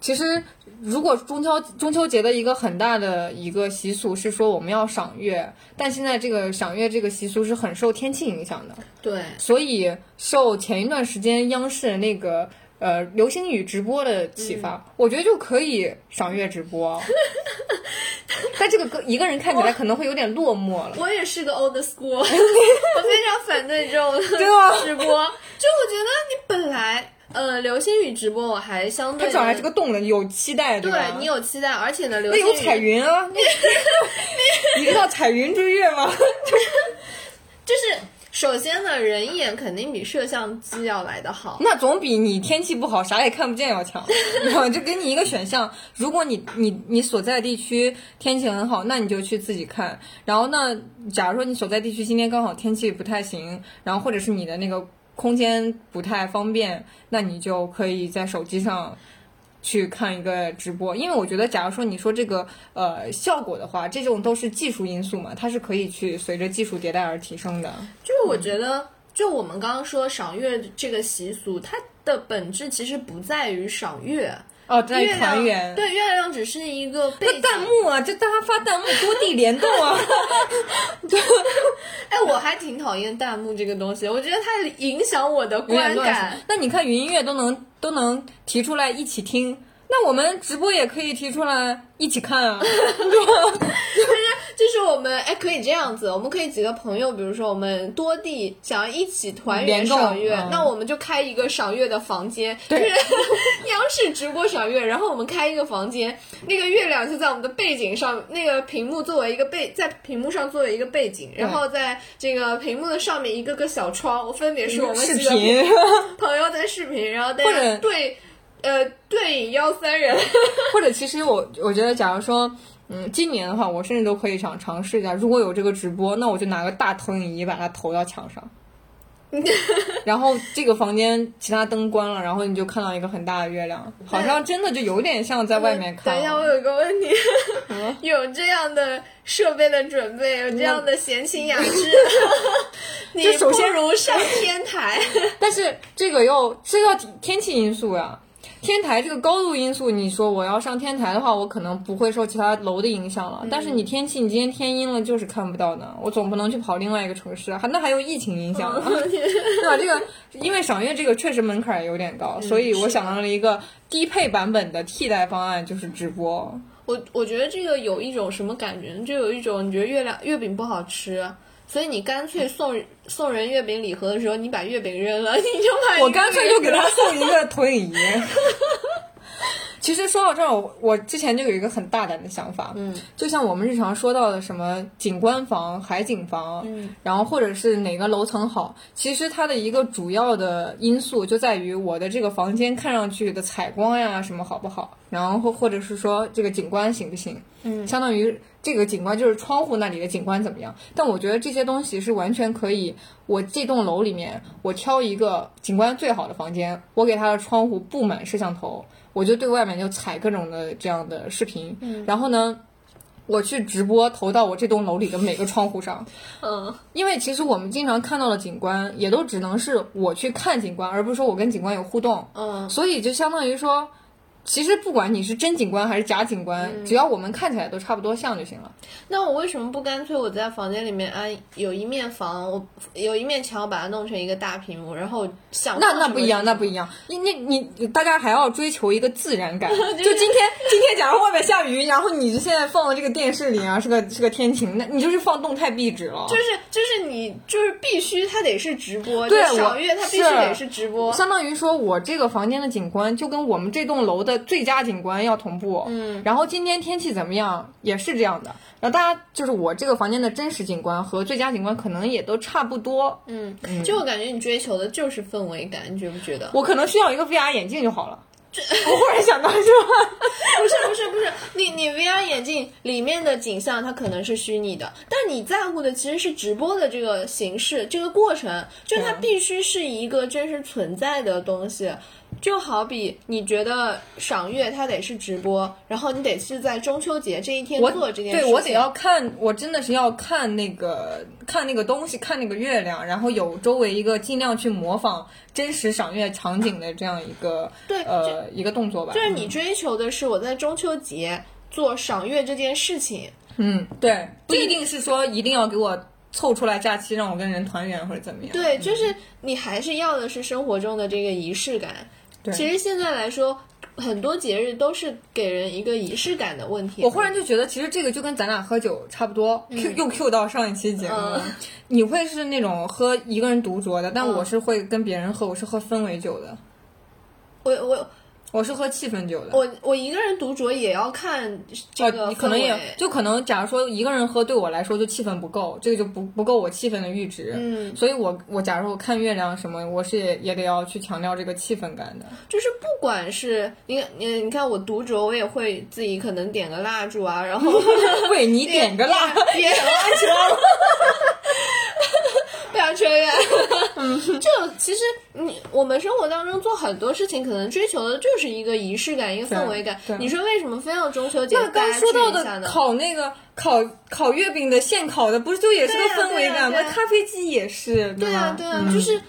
B: 其实如果中秋中秋节的一个很大的一个习俗是说我们要赏月，但现在这个赏月这个习俗是很受天气影响的，
A: 对，
B: 所以受前一段时间央视那个呃流星
A: 嗯
B: 雨直播的启发，我觉得就可以赏月直播。但这个歌一个人看起来可能会有点落寞了。
A: 我也是个 old school，我非常反对啊这种
B: 对啊吗
A: 直播。就我觉得你本来，呃，流星雨直播我还相对
B: 他
A: 地
B: 至少还是个动人，有期待，
A: 对
B: 吧？
A: 你有期待，而且呢，流
B: 那有
A: 星
B: 彩
A: 雨
B: 云 啊，你知道彩云追月吗？
A: 就是首先呢，人眼肯定比摄像机要来的好。
B: 那总比你天气不好啥也看不见要强。 我就给你一个选项，如果你你你所在地区天气很好，那你就去自己看。然后呢，假如说你所在地区今天刚好天气不太行，然后或者是你的那个空间不太方便，那你就可以在手机上。去看一个直播，因为我觉得，假如说你说这个呃效果的话，这种都是技术因素嘛，它是可以去随着技术迭代而提升的。
A: 就是我觉得，就我们刚刚说赏月这个习俗，它的本质其实不在于赏月，
B: 哦，在
A: 月
B: 团圆
A: 亮，对月亮只是一个背
B: 那
A: 景。
B: 弹幕啊，这大家发弹幕多地联动 啊，
A: 哎，我还挺讨厌弹幕这个东西，我觉得它影响我的
B: 有点
A: 观
B: 乱
A: 感
B: 是。。那你看云音乐都能都能提出来一起听，那我们直播也可以提出来一起看啊。
A: 就是我们哎，可以这样子，我们可以几个朋友，比如说我们多地想要一起团圆
B: 联动
A: 赏月
B: 嗯，
A: 那我们就开一个赏月的房间，就是央视直播赏月，然后我们开一个房间，那个月亮就在我们的背景上，那个屏幕作为一个背，在屏幕上作为一个背景，然后在这个屏幕的上面一个个小窗，分别 是我们
B: 嗯视
A: 几个
B: 频，
A: 朋友在视频，然后大
B: 或者
A: 家对呃对影邀三人，
B: 或者其实我我觉得，假如说。嗯，今年的话，我甚至都可以想尝试一下，如果有这个直播，那我就拿个大投影仪把它投到 墙上，然后这个房间其他灯关了，然后你就看到一个很大的月亮，好像真的就有点像在外面看啊
A: 等一下，
B: 了。
A: 我有个问题， 有这样的设备的准备，有这样的闲情雅 致，你
B: 就首先
A: 不如上天台。
B: 但是这个又这要天气因素呀，天台这个高度因素，你说我要上天台的话，我可能不会受其他楼的影响了。但是你天气，你今天天阴了，就是看不到的。我总不能去跑另外一个城市，还那还有疫情影响呢，
A: 嗯
B: 对吧？这个因为赏月这个确实门槛有点高，所以我想到了一个低配版本的替代方案，就是直播。
A: 我我觉得这个有一种什么感觉呢？就有一种你觉得月亮月饼不好吃，所以你干脆送送人月饼礼盒的时候，你把月饼扔了，你就把
B: 我干脆就给他送一个投 影仪。其实说到这儿，我我之前就有一个很大胆的想法，嗯，就像我们日常说到的什么景观房、海景房，嗯，然后或者是哪个楼层好，其实它的一个主要的因素就在于我的这个房间看上去的采光呀什么好不好，然后或者是说这个景观行不行，嗯，相当于这个景观就是窗户那里的景观怎么样，但我觉得这些东西是完全可以我这栋楼里面，我挑一个景观最好的房间，我给它的窗户布满摄像头，我就对外面就采各种的这样的视频，然后呢，我去直播投到我这栋楼里的每个窗户上，
A: 嗯，
B: 因为其实我们经常看到的景观，也都只能是我去看景观，而不是说我跟景观有互动，
A: 嗯，
B: 所以就相当于说。其实不管你是真景观还是假景观，只要我们看起来都差不多像就行了。
A: 那我为什么不干脆我在房间里面安有一面房，我有一面墙，我把它弄成一个大屏幕，然后想
B: 那
A: 放
B: 那
A: 什
B: 不
A: 么
B: 一样，
A: 就
B: 那不一样。你你你，大家还要追求一个自然感。 就今天，今天假如外面下雨，然后你现在放的这个电视里啊，是个是个天晴，那你就是放动态壁纸了。
A: 就是就是你就是必须它得是直播，
B: 对
A: 就
B: 我
A: 赏月它必须
B: 是
A: 得是直播。
B: 相当于说，我这个房间的景观就跟我们这栋楼的最佳景观要同步。嗯，然后今天天气怎么样也是这样的。然后大家就是我这个房间的真实景观和最佳景观可能也都差不多。嗯，
A: 嗯，就我感觉你追求的就是氛围感，你觉不觉得？
B: 我可能需要一个 VR 眼镜就好了。我忽然想到，是吧？
A: 不是不是不是，你你 VR 眼镜里面的景象它可能是虚拟的，但你在乎的其实是直播的这个形式，这个过程，就是
B: 啊
A: 它必须是一个真实存在的东西。就好比你觉得赏月它得是直播，然后你得是在中秋节这一天
B: 我
A: 做这件事情。
B: 对我得要看，我真的是要看那个看那个东西，看那个月亮，然后有周围一个尽量去模仿真实赏月场景的这样一个
A: 对
B: 呃一个动作吧。
A: 就是你追求的是我在中秋节做赏月这件事情，
B: 嗯，对，不一定是说一定要给我凑出来假期让我跟人团圆或者怎么样。
A: 对，就是你还是要的是生活中的这个仪式感。其实现在来说，很多节日都是给人一个仪式感的问题。
B: 我忽然就觉得，其实这个就跟咱俩喝酒差不多、q 又 Q 到上一期节目了。
A: 嗯
B: 你会是那种喝一个人独酌的，但我是会跟别人喝，我是喝氛围酒的，
A: 我我
B: 我是喝气氛酒的。
A: 我我一个人独酌也要看这
B: 哦，
A: 个
B: 你可能
A: 氛围
B: 也就可能，假如说一个人喝，对我来说就气氛不够，这个就不不够我气氛的阈值。
A: 嗯，
B: 所以我我假如说我看月亮什么，我是也也得要去强调这个气氛感的。
A: 就是不管是你你你看我独酌，我也会自己可能点个蜡烛啊，然后
B: 为你点个蜡，
A: 点个蜡 烛啊，不想扯远。就其实你我们生活当中做很多事情，可能追求的就是一个仪式感，一个氛围感
B: 对。对
A: 你说为什么非要中秋节
B: 那
A: 大
B: 刚
A: 家
B: 说到
A: 庆一下
B: 的
A: 呢？
B: 烤那个烤烤月饼的现烤的，不是就也是个
A: 对啊
B: 氛围感吗？
A: 对啊对啊
B: 咖啡机也是，
A: 对啊，对
B: 对嗯
A: 啊，就是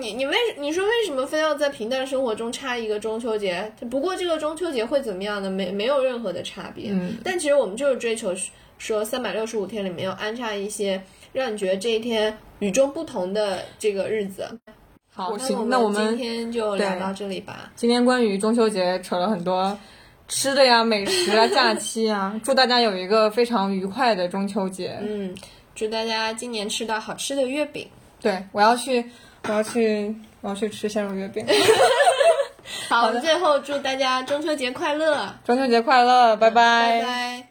A: 你你为你说为什么非要在平淡生活中插一个中秋节？不过这个中秋节会怎么样呢？没没有任何的差别。
B: 嗯
A: 但其实我们就是追求说三百六十五天里面要安插一些让你觉得这一天与众不同的这个日子。
B: 好，
A: 那我
B: 行，
A: 们
B: 那我
A: 今
B: 们
A: 天就聊到这里吧。
B: 今天关于中秋节扯了很多吃的呀、美食 啊、假期啊，祝大家有一个非常愉快的中秋节。
A: 嗯，祝大家今年吃到好吃的月饼。
B: 对我要去，我要去，我要去吃鲜肉月饼。
A: 好，我们最后祝大家中秋节快乐，
B: 中秋节快乐，拜
A: 拜拜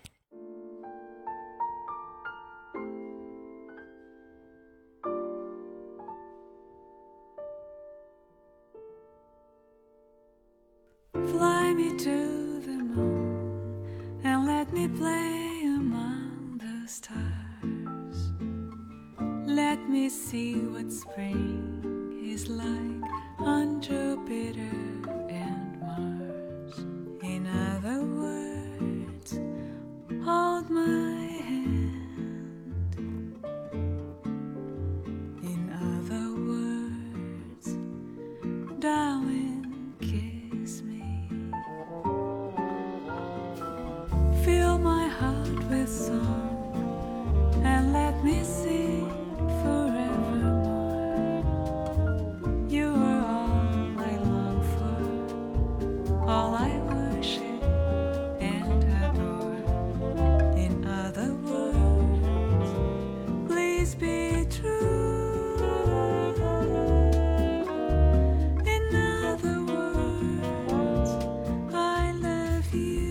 C: Fly me to the moon and let me play among the stars. Let me see what spring is like on Jupiter and Mars. In other words, hold my hand. In other words, Darling, kiss me. Fill my heart with song and let me sing forevermore. You are all I long for, all I worship and adore. In other words, please be true. In other words, I love you.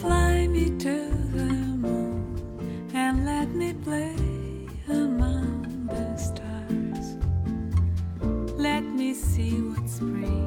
C: Fly me to the moon and let me play among the stars. Let me see what spring